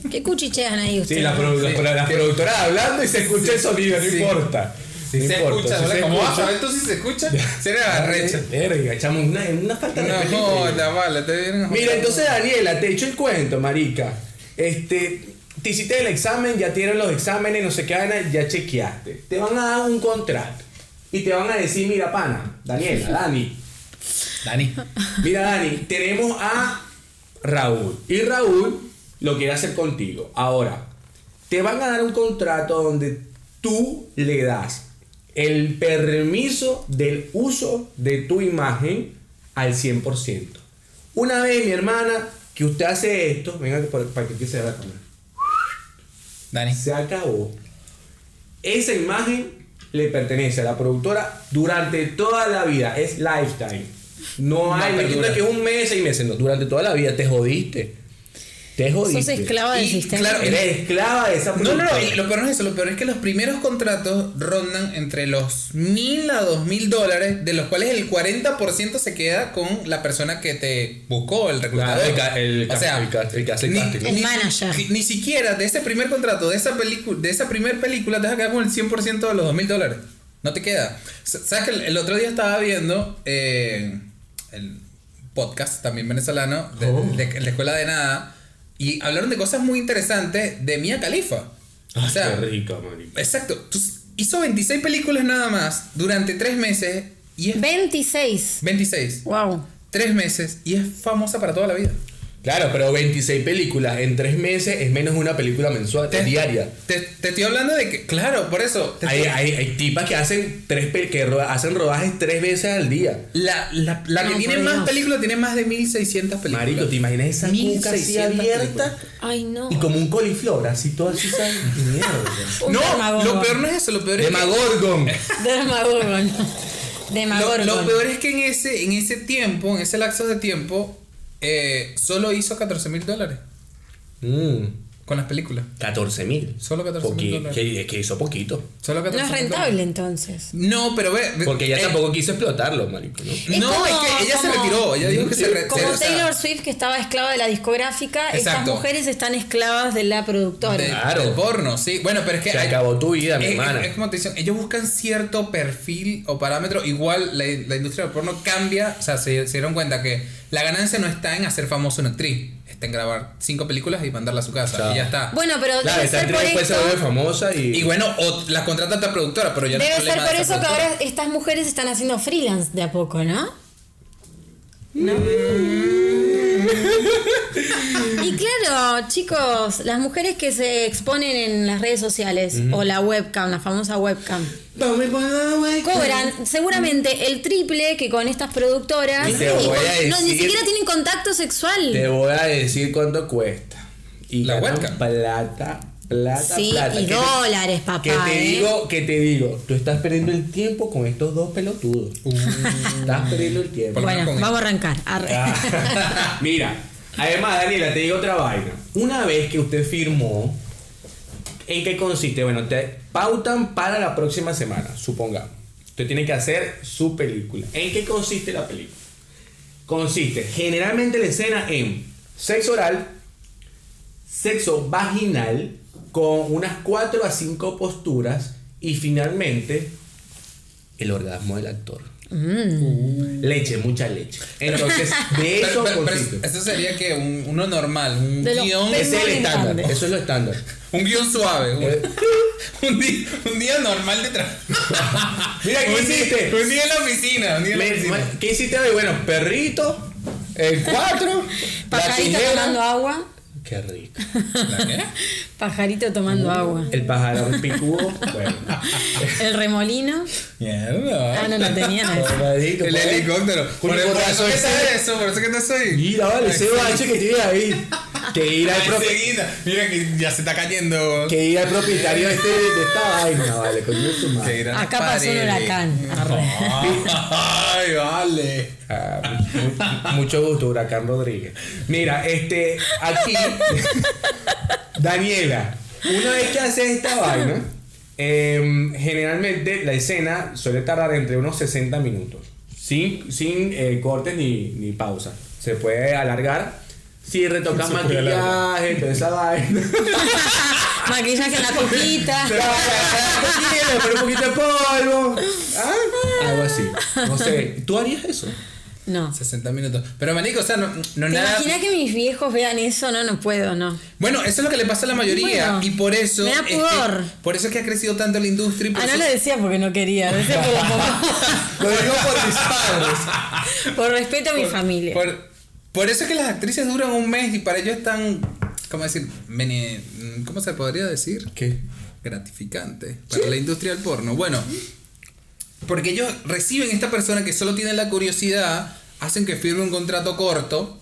[SPEAKER 2] ¿Qué cuchichean ahí
[SPEAKER 1] Sí,
[SPEAKER 2] ustedes?
[SPEAKER 1] la, produ-
[SPEAKER 3] Sí.
[SPEAKER 1] la- la productora hablando y se escucha el sonido, no
[SPEAKER 3] sí.
[SPEAKER 1] importa.
[SPEAKER 3] Si
[SPEAKER 1] No
[SPEAKER 3] se
[SPEAKER 1] importa,
[SPEAKER 3] escucha,
[SPEAKER 1] si
[SPEAKER 3] ¿verdad?
[SPEAKER 1] se
[SPEAKER 3] ¿Cómo vas a
[SPEAKER 1] escucha.
[SPEAKER 3] saber tú si se escucha? Será
[SPEAKER 1] Ay,
[SPEAKER 3] arrecha.
[SPEAKER 1] Verga, echamos una, una falta de
[SPEAKER 3] No,
[SPEAKER 1] respeto.
[SPEAKER 3] joda, vale, te vienen a joder.
[SPEAKER 1] Mira, entonces Daniela, te echo el cuento, marica. Este, te hiciste el examen, ya tienes los exámenes, no sé qué vaina, ya chequeaste. Te van a dar un contrato y te van a decir, mira, pana, Daniela, Dani,
[SPEAKER 3] Dani.
[SPEAKER 1] Mira, Dani, tenemos a Raúl. Y Raúl lo quiere hacer contigo. Ahora, te van a dar un contrato donde tú le das el permiso del uso de tu imagen al 100%. Una vez, mi hermana, que usted hace esto, venga por- para que aquí se vea la cámara.
[SPEAKER 3] Dani.
[SPEAKER 1] Se acabó. Esa imagen le pertenece a la productora durante toda la vida. Es lifetime. No hay no
[SPEAKER 3] perdura.
[SPEAKER 1] quita que un mes, seis meses. No, durante toda la vida te jodiste. Te jodiste.
[SPEAKER 2] Sos esclava del
[SPEAKER 3] Y,
[SPEAKER 2] sistema.
[SPEAKER 3] claro,
[SPEAKER 1] Eres esclava de esa
[SPEAKER 3] No, no,
[SPEAKER 1] productora.
[SPEAKER 3] no, y lo peor no es eso, lo peor es que los primeros contratos rondan entre los mil a dos mil dólares, de los cuales el 40% se queda con la persona que te buscó, el
[SPEAKER 1] Claro,
[SPEAKER 3] reclutador.
[SPEAKER 1] el ca- el
[SPEAKER 3] o
[SPEAKER 1] ca-
[SPEAKER 3] sea,
[SPEAKER 1] el ca- el que hace el
[SPEAKER 3] ni,
[SPEAKER 1] casting.
[SPEAKER 2] El
[SPEAKER 3] ni-
[SPEAKER 2] manager.
[SPEAKER 3] ni- ni siquiera de ese primer contrato, de esa película, de esa primer película te vas a quedar con el 100% de los dos mil dólares. No te queda. S- ¿Sabes que el, el otro día estaba viendo eh, el podcast también venezolano de,
[SPEAKER 1] Oh.
[SPEAKER 3] de- de la escuela de nada y hablaron de cosas muy interesantes de Mia Khalifa.
[SPEAKER 1] Ay,
[SPEAKER 3] O sea,
[SPEAKER 1] Ah, qué rica, marica.
[SPEAKER 3] exacto. tú- hizo 26 películas nada más durante 3 meses y es
[SPEAKER 2] 26.
[SPEAKER 3] 26.
[SPEAKER 2] Wow.
[SPEAKER 3] 3 meses y es famosa para toda la vida.
[SPEAKER 1] Claro, pero 26 películas en 3 meses es menos una película mensual, diaria.
[SPEAKER 3] Te, te estoy hablando de que, claro, por eso. te
[SPEAKER 1] Hay,
[SPEAKER 3] estoy-
[SPEAKER 1] hay, hay tipas que hacen tres pel- que ro- hacen rodajes tres veces al día.
[SPEAKER 3] La, la, la
[SPEAKER 2] No,
[SPEAKER 3] que tiene
[SPEAKER 2] por
[SPEAKER 3] más
[SPEAKER 2] Dios.
[SPEAKER 3] películas tiene más de 1600 películas.
[SPEAKER 1] Marico, ¿te imaginas esa cuca así
[SPEAKER 3] 1600
[SPEAKER 1] abierta?
[SPEAKER 2] Ay, no.
[SPEAKER 1] Y como un coliflor, así todo así sale. Mierda.
[SPEAKER 2] Un
[SPEAKER 3] No,
[SPEAKER 2] Demagorgon.
[SPEAKER 3] lo peor no es eso, lo peor es que-
[SPEAKER 1] Demagorgon.
[SPEAKER 2] Demagorgon.
[SPEAKER 3] Lo,
[SPEAKER 2] Demagorgon.
[SPEAKER 3] lo peor es que en ese, en ese tiempo, en ese lapso de tiempo, eh, solo hizo 14 mil dólares
[SPEAKER 1] Mm,
[SPEAKER 3] con las películas.
[SPEAKER 1] 14 mil.
[SPEAKER 3] Solo 14.000 dólares.
[SPEAKER 1] Que, que hizo poquito.
[SPEAKER 3] Solo
[SPEAKER 2] No
[SPEAKER 3] 14
[SPEAKER 2] es rentable entonces.
[SPEAKER 3] No, pero ve. ve-
[SPEAKER 1] Porque ella
[SPEAKER 3] eh,
[SPEAKER 1] tampoco quiso explotarlo, marico. ¿no?
[SPEAKER 2] Es
[SPEAKER 3] No,
[SPEAKER 2] como-
[SPEAKER 3] es que ella se
[SPEAKER 2] como-
[SPEAKER 3] retiró. Ella dijo que se retiró.
[SPEAKER 2] Como Taylor Swift que estaba esclava de la discográfica, estas
[SPEAKER 3] Exacto.
[SPEAKER 2] mujeres están esclavas de la productora.
[SPEAKER 3] del,
[SPEAKER 1] Claro.
[SPEAKER 3] del porno, sí. Bueno, pero es que.
[SPEAKER 1] Se
[SPEAKER 3] hay-
[SPEAKER 1] acabó tu vida, mi
[SPEAKER 3] es,
[SPEAKER 1] hermana.
[SPEAKER 3] es- es como te dicen, ellos buscan cierto perfil o parámetro. Igual la, la industria del porno cambia. O sea, se, se dieron cuenta que la ganancia no está en hacer famoso una actriz, está en grabar cinco películas y mandarla a su casa.
[SPEAKER 1] Claro.
[SPEAKER 3] Y ya está.
[SPEAKER 2] Bueno, pero
[SPEAKER 1] Claro,
[SPEAKER 2] debe
[SPEAKER 1] esta
[SPEAKER 2] ser
[SPEAKER 1] actriz
[SPEAKER 2] por
[SPEAKER 1] después se vuelve
[SPEAKER 2] esto.
[SPEAKER 1] famosa y.
[SPEAKER 3] y bueno, o la contrata otra productora, pero ya no
[SPEAKER 2] Debe
[SPEAKER 3] es
[SPEAKER 2] ser
[SPEAKER 3] problema
[SPEAKER 2] por
[SPEAKER 3] de esa
[SPEAKER 2] eso que
[SPEAKER 3] productora.
[SPEAKER 2] ahora estas mujeres están haciendo freelance de a poco, ¿no? Y claro, chicos, las mujeres que se exponen en las redes sociales o la webcam, la famosa webcam,
[SPEAKER 1] Dame pa' la wey.
[SPEAKER 2] cobran seguramente el triple que con estas productoras.
[SPEAKER 1] Y te voy a
[SPEAKER 2] no, ni
[SPEAKER 1] decir-
[SPEAKER 2] siquiera tienen contacto sexual.
[SPEAKER 1] Te voy a decir cuánto cuesta. Y
[SPEAKER 3] La
[SPEAKER 1] ganan
[SPEAKER 3] webcam.
[SPEAKER 1] Plata, plata,
[SPEAKER 2] sí,
[SPEAKER 1] plata.
[SPEAKER 2] y
[SPEAKER 1] Que te-
[SPEAKER 2] dólares, papá.
[SPEAKER 1] Que te
[SPEAKER 2] ¿eh?
[SPEAKER 1] digo, que te digo, tú estás perdiendo el tiempo con estos dos pelotudos. estás perdiendo el tiempo.
[SPEAKER 3] Por lo
[SPEAKER 2] Bueno,
[SPEAKER 3] menos con
[SPEAKER 2] vamos a arrancar. Arre.
[SPEAKER 1] Ah, Mira, además, Daniela, te digo otra vaina. Una vez que usted firmó, ¿en qué consiste? Bueno, te pautan para la próxima semana, supongamos. Usted tiene que hacer su película. ¿En qué consiste la película? Consiste generalmente la escena en sexo oral, sexo vaginal, con unas 4 a 5 posturas y finalmente el orgasmo del actor. Leche, mucha leche. Entonces, de
[SPEAKER 3] Mm. Pero-
[SPEAKER 1] eso
[SPEAKER 3] pero- pero
[SPEAKER 1] consiste.
[SPEAKER 3] eso sería que un- uno normal, un
[SPEAKER 2] De los
[SPEAKER 3] guión.
[SPEAKER 2] pe-
[SPEAKER 1] Ese es el estándar.
[SPEAKER 2] Grande.
[SPEAKER 1] Eso es lo estándar.
[SPEAKER 3] Un guión suave. un-
[SPEAKER 1] Eh.
[SPEAKER 3] un, día, un día normal de trabajo.
[SPEAKER 1] Mira, ¿qué
[SPEAKER 3] un
[SPEAKER 1] hiciste?
[SPEAKER 3] Día, un día en la oficina. Un día en la
[SPEAKER 1] Me-
[SPEAKER 3] oficina.
[SPEAKER 1] ma- ¿Qué hiciste hoy? Bueno, perrito, el 4, la
[SPEAKER 2] Pajarito
[SPEAKER 1] tijera.
[SPEAKER 2] tomando agua.
[SPEAKER 1] Qué rico.
[SPEAKER 3] ¿La qué?
[SPEAKER 2] Pajarito tomando agua.
[SPEAKER 1] El pajarón picudo. Bueno.
[SPEAKER 2] El remolino.
[SPEAKER 3] Mierda.
[SPEAKER 2] Ah, no, no tenía eso.
[SPEAKER 1] Marico,
[SPEAKER 3] El
[SPEAKER 1] pues.
[SPEAKER 3] helicóptero. Por,
[SPEAKER 1] Coño,
[SPEAKER 3] el- por eso
[SPEAKER 1] corazón,
[SPEAKER 3] que
[SPEAKER 1] ese-
[SPEAKER 3] está eso, por eso que está eso ahí.
[SPEAKER 1] Y dale, ese bache que tiene ahí. Que ir al,
[SPEAKER 3] Ay,
[SPEAKER 1] propi-
[SPEAKER 3] enseguida. Mira que ya se está cayendo.
[SPEAKER 1] que ir al propietario de, este, de esta vaina, vale, coño su madre.
[SPEAKER 3] Seguirán las
[SPEAKER 2] Acá pasó un
[SPEAKER 3] paredes.
[SPEAKER 2] huracán. Arre.
[SPEAKER 3] Ay, vale.
[SPEAKER 1] Ah, mu- mucho gusto, Huracán Rodríguez. Mira, este, aquí, Daniela, una vez que haces esta vaina, em, generalmente la escena suele tardar entre unos 60 minutos, sin, sin eh, cortes ni, ni pausa. Se puede alargar si retocas
[SPEAKER 3] puede
[SPEAKER 1] maquillaje, toda esa vaina.
[SPEAKER 2] Maquillaje en la coquita.
[SPEAKER 1] Tranquila, pero un poquito de polvo. ¿Ah? Algo así. No sé, ¿tú harías eso?
[SPEAKER 2] No.
[SPEAKER 3] 60 minutos. Pero manico, o sea, no, no
[SPEAKER 2] ¿Te
[SPEAKER 3] nada.
[SPEAKER 2] imaginas que mis viejos vean eso? No, no puedo, no.
[SPEAKER 3] Bueno, eso es lo que le pasa a la mayoría.
[SPEAKER 2] Bueno,
[SPEAKER 3] y por eso.
[SPEAKER 2] me da
[SPEAKER 3] es que-
[SPEAKER 2] pudor.
[SPEAKER 3] por eso es que ha crecido tanto la industria. y por
[SPEAKER 2] Ah, no
[SPEAKER 3] eso-
[SPEAKER 2] lo decía porque no quería. Lo decía por,
[SPEAKER 1] Lo digo por mis padres.
[SPEAKER 2] por respeto a mi familia.
[SPEAKER 3] Por, por eso es que las actrices duran un mes y para ellos están. ¿Cómo decir? Bene- ¿Cómo se podría decir?
[SPEAKER 1] ¿Qué?
[SPEAKER 3] gratificante para la industria del porno. Bueno, porque ellos reciben a esta persona que solo tiene la curiosidad, hacen que firme un contrato corto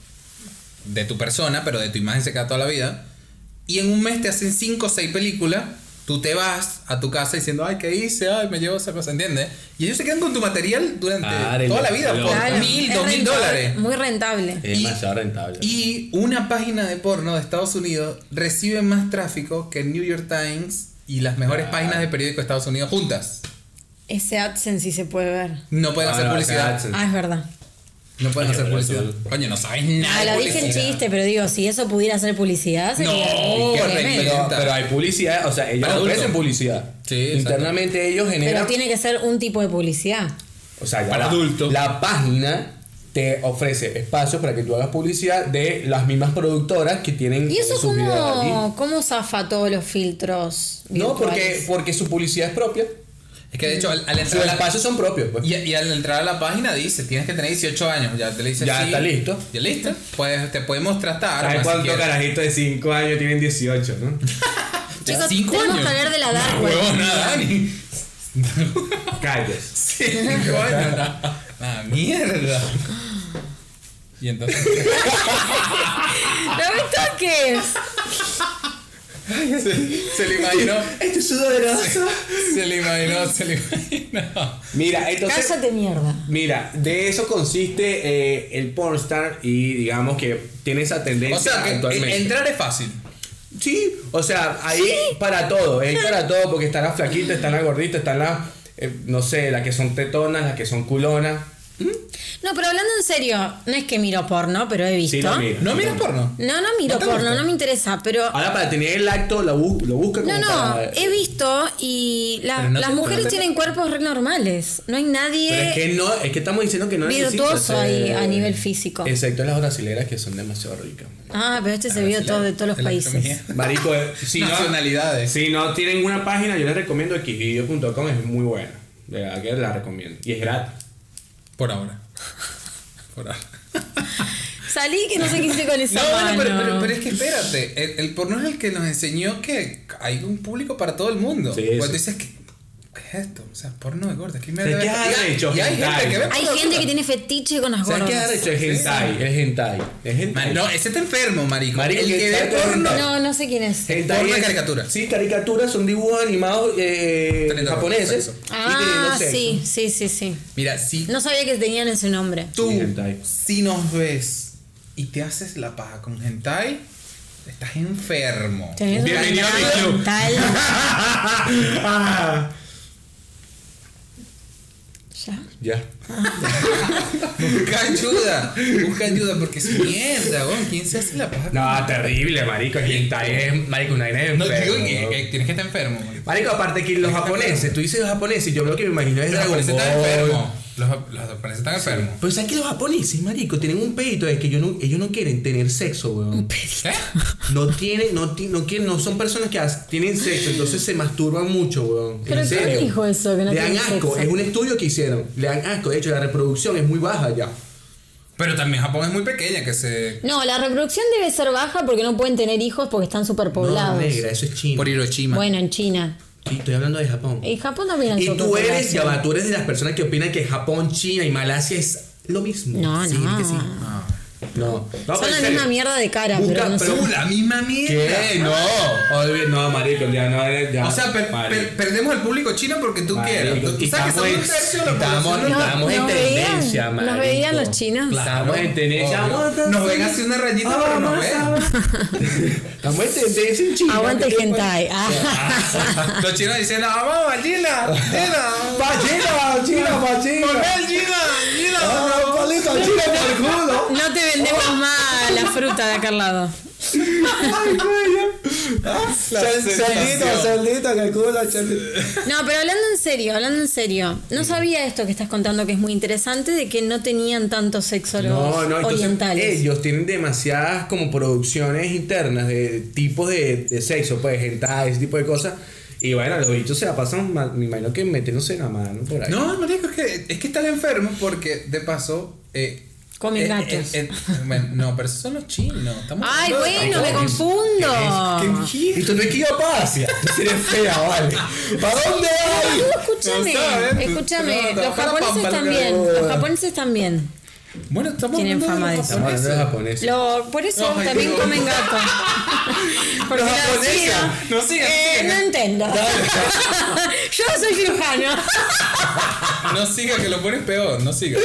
[SPEAKER 3] de tu persona, pero de tu imagen se queda toda la vida, y en un mes te hacen 5 o 6 películas, tú te vas a tu casa diciendo, ay, ¿qué hice? Ay, me llevo esa cosa, ¿entiendes? Y ellos se quedan con tu material durante
[SPEAKER 1] Claro,
[SPEAKER 3] toda la
[SPEAKER 1] el-
[SPEAKER 3] vida,
[SPEAKER 1] el-
[SPEAKER 3] por
[SPEAKER 1] Claro,
[SPEAKER 3] mil,
[SPEAKER 2] es
[SPEAKER 3] dos mil
[SPEAKER 2] rentable,
[SPEAKER 3] dólares.
[SPEAKER 2] Muy rentable.
[SPEAKER 1] Es
[SPEAKER 3] Y-
[SPEAKER 1] demasiado rentable.
[SPEAKER 3] Y una página de porno de Estados Unidos recibe más tráfico que el New York Times y las mejores
[SPEAKER 1] Ah.
[SPEAKER 3] páginas de periódico de Estados Unidos juntas.
[SPEAKER 2] Ese AdSense sí se puede ver.
[SPEAKER 3] No pueden
[SPEAKER 1] Ah,
[SPEAKER 3] hacer
[SPEAKER 1] no,
[SPEAKER 3] publicidad.
[SPEAKER 1] acá-
[SPEAKER 2] Ah, es verdad.
[SPEAKER 3] No pueden
[SPEAKER 1] Oye,
[SPEAKER 3] hacer
[SPEAKER 1] pero
[SPEAKER 3] publicidad.
[SPEAKER 1] eso-
[SPEAKER 3] Coño, no sabes nada.
[SPEAKER 2] Ah,
[SPEAKER 3] de
[SPEAKER 2] lo dije en
[SPEAKER 3] publicidad.
[SPEAKER 2] chiste, pero digo, si eso pudiera ser publicidad, sería.
[SPEAKER 3] No,
[SPEAKER 2] tremendo.
[SPEAKER 3] correcto.
[SPEAKER 1] pero, pero hay publicidad, o sea, ellos
[SPEAKER 3] Para
[SPEAKER 1] ofrecen
[SPEAKER 3] adultos.
[SPEAKER 1] publicidad.
[SPEAKER 3] Sí, exacto.
[SPEAKER 1] Internamente ellos generan.
[SPEAKER 2] Pero tiene que ser un tipo de publicidad.
[SPEAKER 1] o sea, ya
[SPEAKER 3] Para
[SPEAKER 1] va.
[SPEAKER 3] adultos.
[SPEAKER 1] La página te ofrece espacios para que tú hagas publicidad de las mismas productoras que tienen
[SPEAKER 2] ¿Y eso
[SPEAKER 1] sus videos allí.
[SPEAKER 2] cómo, cómo zafa todos los filtros?
[SPEAKER 1] No, porque,
[SPEAKER 2] virtuales?
[SPEAKER 1] porque su publicidad es propia.
[SPEAKER 3] Es que de hecho, al, al
[SPEAKER 1] Sus
[SPEAKER 3] entrar a la,
[SPEAKER 1] espacios son propios. pues.
[SPEAKER 3] y, y al entrar a la página dice, tienes que tener 18 años. Ya te le dice
[SPEAKER 1] Ya
[SPEAKER 3] sí.
[SPEAKER 1] está listo.
[SPEAKER 3] Ya listo. Pues te podemos tratar.
[SPEAKER 1] ¿Sabes cuántos
[SPEAKER 3] carajo?
[SPEAKER 1] carajitos de 5 años tienen 18, no?
[SPEAKER 2] Chicos, tenemos que hablar de la dark web.
[SPEAKER 3] Huevo, nada, Dani.
[SPEAKER 1] Calles.
[SPEAKER 3] Sí, coño. La mierda. Y entonces.
[SPEAKER 2] ¡No me toques!
[SPEAKER 1] Ay,
[SPEAKER 3] Se le imaginó.
[SPEAKER 1] Es
[SPEAKER 2] Este
[SPEAKER 1] tu sudadera.
[SPEAKER 3] Se le imaginó, se le imaginó.
[SPEAKER 1] Mira, entonces.
[SPEAKER 2] Cállate mierda.
[SPEAKER 1] Mira, de eso consiste eh, el pornstar y digamos que tiene esa tendencia
[SPEAKER 3] O sea, que
[SPEAKER 1] actualmente.
[SPEAKER 3] en- entrar es fácil.
[SPEAKER 1] Sí, o sea, ahí para todo, es para todo, porque están las flaquitas, están las gorditas, están las, eh, no sé, las que son tetonas, las que son culonas.
[SPEAKER 2] No, pero hablando en serio, no es que miro porno, pero he visto.
[SPEAKER 1] Sí, lo miro.
[SPEAKER 3] ¿No miras porno?
[SPEAKER 2] No, no miro
[SPEAKER 3] ¿No te
[SPEAKER 2] porno,
[SPEAKER 3] gusta? Ah,
[SPEAKER 2] no me interesa, pero.
[SPEAKER 1] Ahora para tener el acto lo, bus- lo busca como
[SPEAKER 2] No, no,
[SPEAKER 1] para-
[SPEAKER 2] he visto y la-
[SPEAKER 3] Pero no
[SPEAKER 2] las
[SPEAKER 3] te-
[SPEAKER 2] mujeres
[SPEAKER 3] no te-
[SPEAKER 2] tienen cuerpos re normales. No hay
[SPEAKER 1] Pero es
[SPEAKER 2] nadie.
[SPEAKER 1] que no, es que estamos diciendo que no
[SPEAKER 2] Virtuoso
[SPEAKER 1] necesita
[SPEAKER 2] ahí,
[SPEAKER 1] ser-
[SPEAKER 2] a nivel físico.
[SPEAKER 1] Excepto las brasileras que son demasiado ricas.
[SPEAKER 2] Ah, pero este se vio todo de todos los
[SPEAKER 3] de la
[SPEAKER 2] países.
[SPEAKER 3] comida.
[SPEAKER 1] Marico, eh, si no,
[SPEAKER 3] Nacionalidades.
[SPEAKER 1] si no tienen una página, yo les recomiendo xvideo.com, es muy buena. De verdad que la recomiendo. Y es gratis.
[SPEAKER 3] Por ahora. Por ahora.
[SPEAKER 2] Salí que no sé qué hice con esa
[SPEAKER 3] No, bueno,
[SPEAKER 2] mano.
[SPEAKER 3] pero, pero- pero es que espérate, el, el porno es el que nos enseñó que hay un público para todo el mundo.
[SPEAKER 1] Sí,
[SPEAKER 3] Cuando
[SPEAKER 1] sí.
[SPEAKER 3] dices que, ¿qué es esto? O sea, porno de gordas. ¿Qué
[SPEAKER 1] sea,
[SPEAKER 3] mierda
[SPEAKER 1] ¿qué
[SPEAKER 3] es
[SPEAKER 1] has
[SPEAKER 3] esta? Y hay-
[SPEAKER 1] hecho,
[SPEAKER 3] y hay
[SPEAKER 1] hentai?
[SPEAKER 3] gente que ve
[SPEAKER 2] Hay
[SPEAKER 3] porno de
[SPEAKER 2] gente que
[SPEAKER 3] gordas.
[SPEAKER 2] tiene fetiche con las
[SPEAKER 1] ¿Sabes qué
[SPEAKER 2] gordas.
[SPEAKER 1] has hecho? Es hentai, es hentai. Es hentai.
[SPEAKER 3] No, ese está enfermo, marico.
[SPEAKER 1] Marico,
[SPEAKER 3] el
[SPEAKER 1] que
[SPEAKER 3] que ve
[SPEAKER 1] sabe que es
[SPEAKER 3] porno.
[SPEAKER 1] hentai.
[SPEAKER 2] No, no sé quién es.
[SPEAKER 1] Hentai
[SPEAKER 3] Porno de
[SPEAKER 1] es-
[SPEAKER 3] caricatura.
[SPEAKER 1] Sí, caricaturas son dibujos animados eh,
[SPEAKER 3] Teniendo
[SPEAKER 1] japoneses.
[SPEAKER 3] sexo.
[SPEAKER 1] y teniendo
[SPEAKER 2] Ah,
[SPEAKER 1] sexo.
[SPEAKER 2] sí, sí, sí, sí.
[SPEAKER 3] Mira, si
[SPEAKER 2] No sabía que tenían ese nombre.
[SPEAKER 3] tú,
[SPEAKER 1] Sí, hentai.
[SPEAKER 3] si nos ves y te haces la paja con hentai, estás enfermo.
[SPEAKER 2] Tenés una
[SPEAKER 1] Bienvenido a mi
[SPEAKER 2] nave
[SPEAKER 1] club.
[SPEAKER 2] tal-
[SPEAKER 1] Ah,
[SPEAKER 2] Ya.
[SPEAKER 1] ya.
[SPEAKER 3] Busca ayuda, busca ayuda porque es mierda, weón. ¿Quién se hace la paja? con-
[SPEAKER 1] No, terrible, marico. Hentai es, marico, una vaina
[SPEAKER 3] No,
[SPEAKER 1] enferma,
[SPEAKER 3] digo que,
[SPEAKER 1] ¿no?
[SPEAKER 3] que tienes que estar enfermo. marico.
[SPEAKER 1] Marico, aparte que los japoneses, tú dices los japoneses, yo lo que me imagino es
[SPEAKER 3] Los
[SPEAKER 1] Dragon
[SPEAKER 3] japoneses están
[SPEAKER 1] Ball.
[SPEAKER 3] enfermos. Los, jap- los japoneses están enfermos.
[SPEAKER 1] Pues es que los japoneses, marico, tienen un pedito de que ellos no, ellos no quieren tener sexo, weón.
[SPEAKER 3] ¿Eh?
[SPEAKER 1] No tienen, no, ti- no quieren, no son personas que has- tienen sexo, entonces se masturban mucho, weón.
[SPEAKER 2] ¿Pero
[SPEAKER 1] en
[SPEAKER 2] quién
[SPEAKER 1] serio.
[SPEAKER 2] dijo eso, que no
[SPEAKER 1] Le dan
[SPEAKER 2] tienen
[SPEAKER 1] asco,
[SPEAKER 2] sexo?
[SPEAKER 1] es un estudio que hicieron. Le dan asco, de hecho, la reproducción es muy baja ya.
[SPEAKER 3] Pero también Japón es muy pequeña, que se...
[SPEAKER 2] No, la reproducción debe ser baja porque no pueden tener hijos porque están
[SPEAKER 1] No,
[SPEAKER 2] superpoblados.
[SPEAKER 1] negra, eso es chino.
[SPEAKER 3] Por Hiroshima.
[SPEAKER 2] bueno, en China.
[SPEAKER 1] Sí, estoy hablando de Japón.
[SPEAKER 2] En Japón también hay
[SPEAKER 1] Y tú
[SPEAKER 2] superpoblación.
[SPEAKER 1] eres, ya va, tú eres de las personas que opinan que Japón, China y Malasia es lo mismo.
[SPEAKER 2] No,
[SPEAKER 1] Sí,
[SPEAKER 2] no.
[SPEAKER 1] que sí.
[SPEAKER 3] Ah.
[SPEAKER 1] No. No, pero
[SPEAKER 2] Son
[SPEAKER 1] en
[SPEAKER 2] la
[SPEAKER 1] serio.
[SPEAKER 2] misma mierda de cara,
[SPEAKER 1] Busca-
[SPEAKER 2] pero no
[SPEAKER 1] pero
[SPEAKER 2] sé.
[SPEAKER 3] Uh, la misma mierda.
[SPEAKER 1] ¿Qué? No. Olvi- No, marico, ya no eres. Ya.
[SPEAKER 3] O sea, per-
[SPEAKER 1] Marico.
[SPEAKER 3] per- perdemos al público chino porque tú
[SPEAKER 1] Marico,
[SPEAKER 3] quieras. Tú-
[SPEAKER 1] y
[SPEAKER 3] Tú sabes que
[SPEAKER 1] estamos
[SPEAKER 3] somos un
[SPEAKER 1] en-
[SPEAKER 3] tercio de la
[SPEAKER 1] estamos-
[SPEAKER 3] población.
[SPEAKER 1] no, estamos en
[SPEAKER 2] nos veían,
[SPEAKER 1] tendencia,
[SPEAKER 2] nos
[SPEAKER 1] marico.
[SPEAKER 2] veían los chinos.
[SPEAKER 1] Claro, estamos en tendencia.
[SPEAKER 3] obvio. Nos ven así una rayita,
[SPEAKER 1] Ah,
[SPEAKER 3] pero ¿eh? nos
[SPEAKER 1] vamos,
[SPEAKER 3] ven.
[SPEAKER 1] vamos. Estamos en tendencia en China.
[SPEAKER 2] Aguanta
[SPEAKER 1] ¿qué
[SPEAKER 2] el
[SPEAKER 1] te
[SPEAKER 2] hentai. Ah.
[SPEAKER 3] Los chinos dicen, "Ah, vamos, Gina,
[SPEAKER 1] parece?
[SPEAKER 3] Gina.
[SPEAKER 1] Pa' China, China, pa' China.
[SPEAKER 3] Volver, Gina, Gina.
[SPEAKER 1] Ah, palito, China por culo.
[SPEAKER 2] No te vendemos más la fruta de acá al lado.
[SPEAKER 1] Ay, güey.
[SPEAKER 3] La
[SPEAKER 1] Sal-
[SPEAKER 3] sensación.
[SPEAKER 1] saldito, Ah, que el culo, saldito.
[SPEAKER 2] No, pero hablando en serio, hablando en serio, no sabía esto que estás contando que es muy interesante de que no tenían tanto sexo los
[SPEAKER 1] No, no, entonces eh,
[SPEAKER 2] orientales.
[SPEAKER 1] ellos tienen demasiadas como producciones internas de tipos de, de sexo, pues, hentai, ese tipo de cosas. Y bueno, los bichos se la pasan, ma- me imagino que metiéndose la mano por ahí.
[SPEAKER 3] No, marico, es que, es que están enfermos porque, de paso... Eh,
[SPEAKER 2] Comen
[SPEAKER 3] eh,
[SPEAKER 2] gatos.
[SPEAKER 3] eh, eh, bueno, no, pero esos son los chinos. estamos
[SPEAKER 2] Ay,
[SPEAKER 3] hablando de
[SPEAKER 2] bueno, me
[SPEAKER 3] Japón.
[SPEAKER 2] confundo.
[SPEAKER 1] Y tú no es que iba para Asia. Tú eres fea, vale. ¿Para dónde hay?
[SPEAKER 2] No, escúchame,
[SPEAKER 3] No sabes, tú-
[SPEAKER 2] escúchame.
[SPEAKER 3] no, no,
[SPEAKER 2] los
[SPEAKER 3] para
[SPEAKER 2] japoneses
[SPEAKER 3] Pampa,
[SPEAKER 2] están
[SPEAKER 3] lo que-
[SPEAKER 2] bien. Los japoneses están bien.
[SPEAKER 3] Bueno, estamos
[SPEAKER 2] Tienen
[SPEAKER 3] hablando
[SPEAKER 2] fama de
[SPEAKER 3] los
[SPEAKER 2] eso.
[SPEAKER 1] Estamos hablando de
[SPEAKER 3] japoneses.
[SPEAKER 1] japoneses.
[SPEAKER 2] Lo- por eso
[SPEAKER 3] No, ay,
[SPEAKER 2] también
[SPEAKER 3] no.
[SPEAKER 2] comen gato. Porque
[SPEAKER 3] Los
[SPEAKER 2] la
[SPEAKER 3] japoneses,
[SPEAKER 2] siga-
[SPEAKER 3] no sigan,
[SPEAKER 2] eh,
[SPEAKER 3] sigan.
[SPEAKER 2] no entiendo. Yo soy cirujano.
[SPEAKER 3] No siga, que lo pones peor, no siga.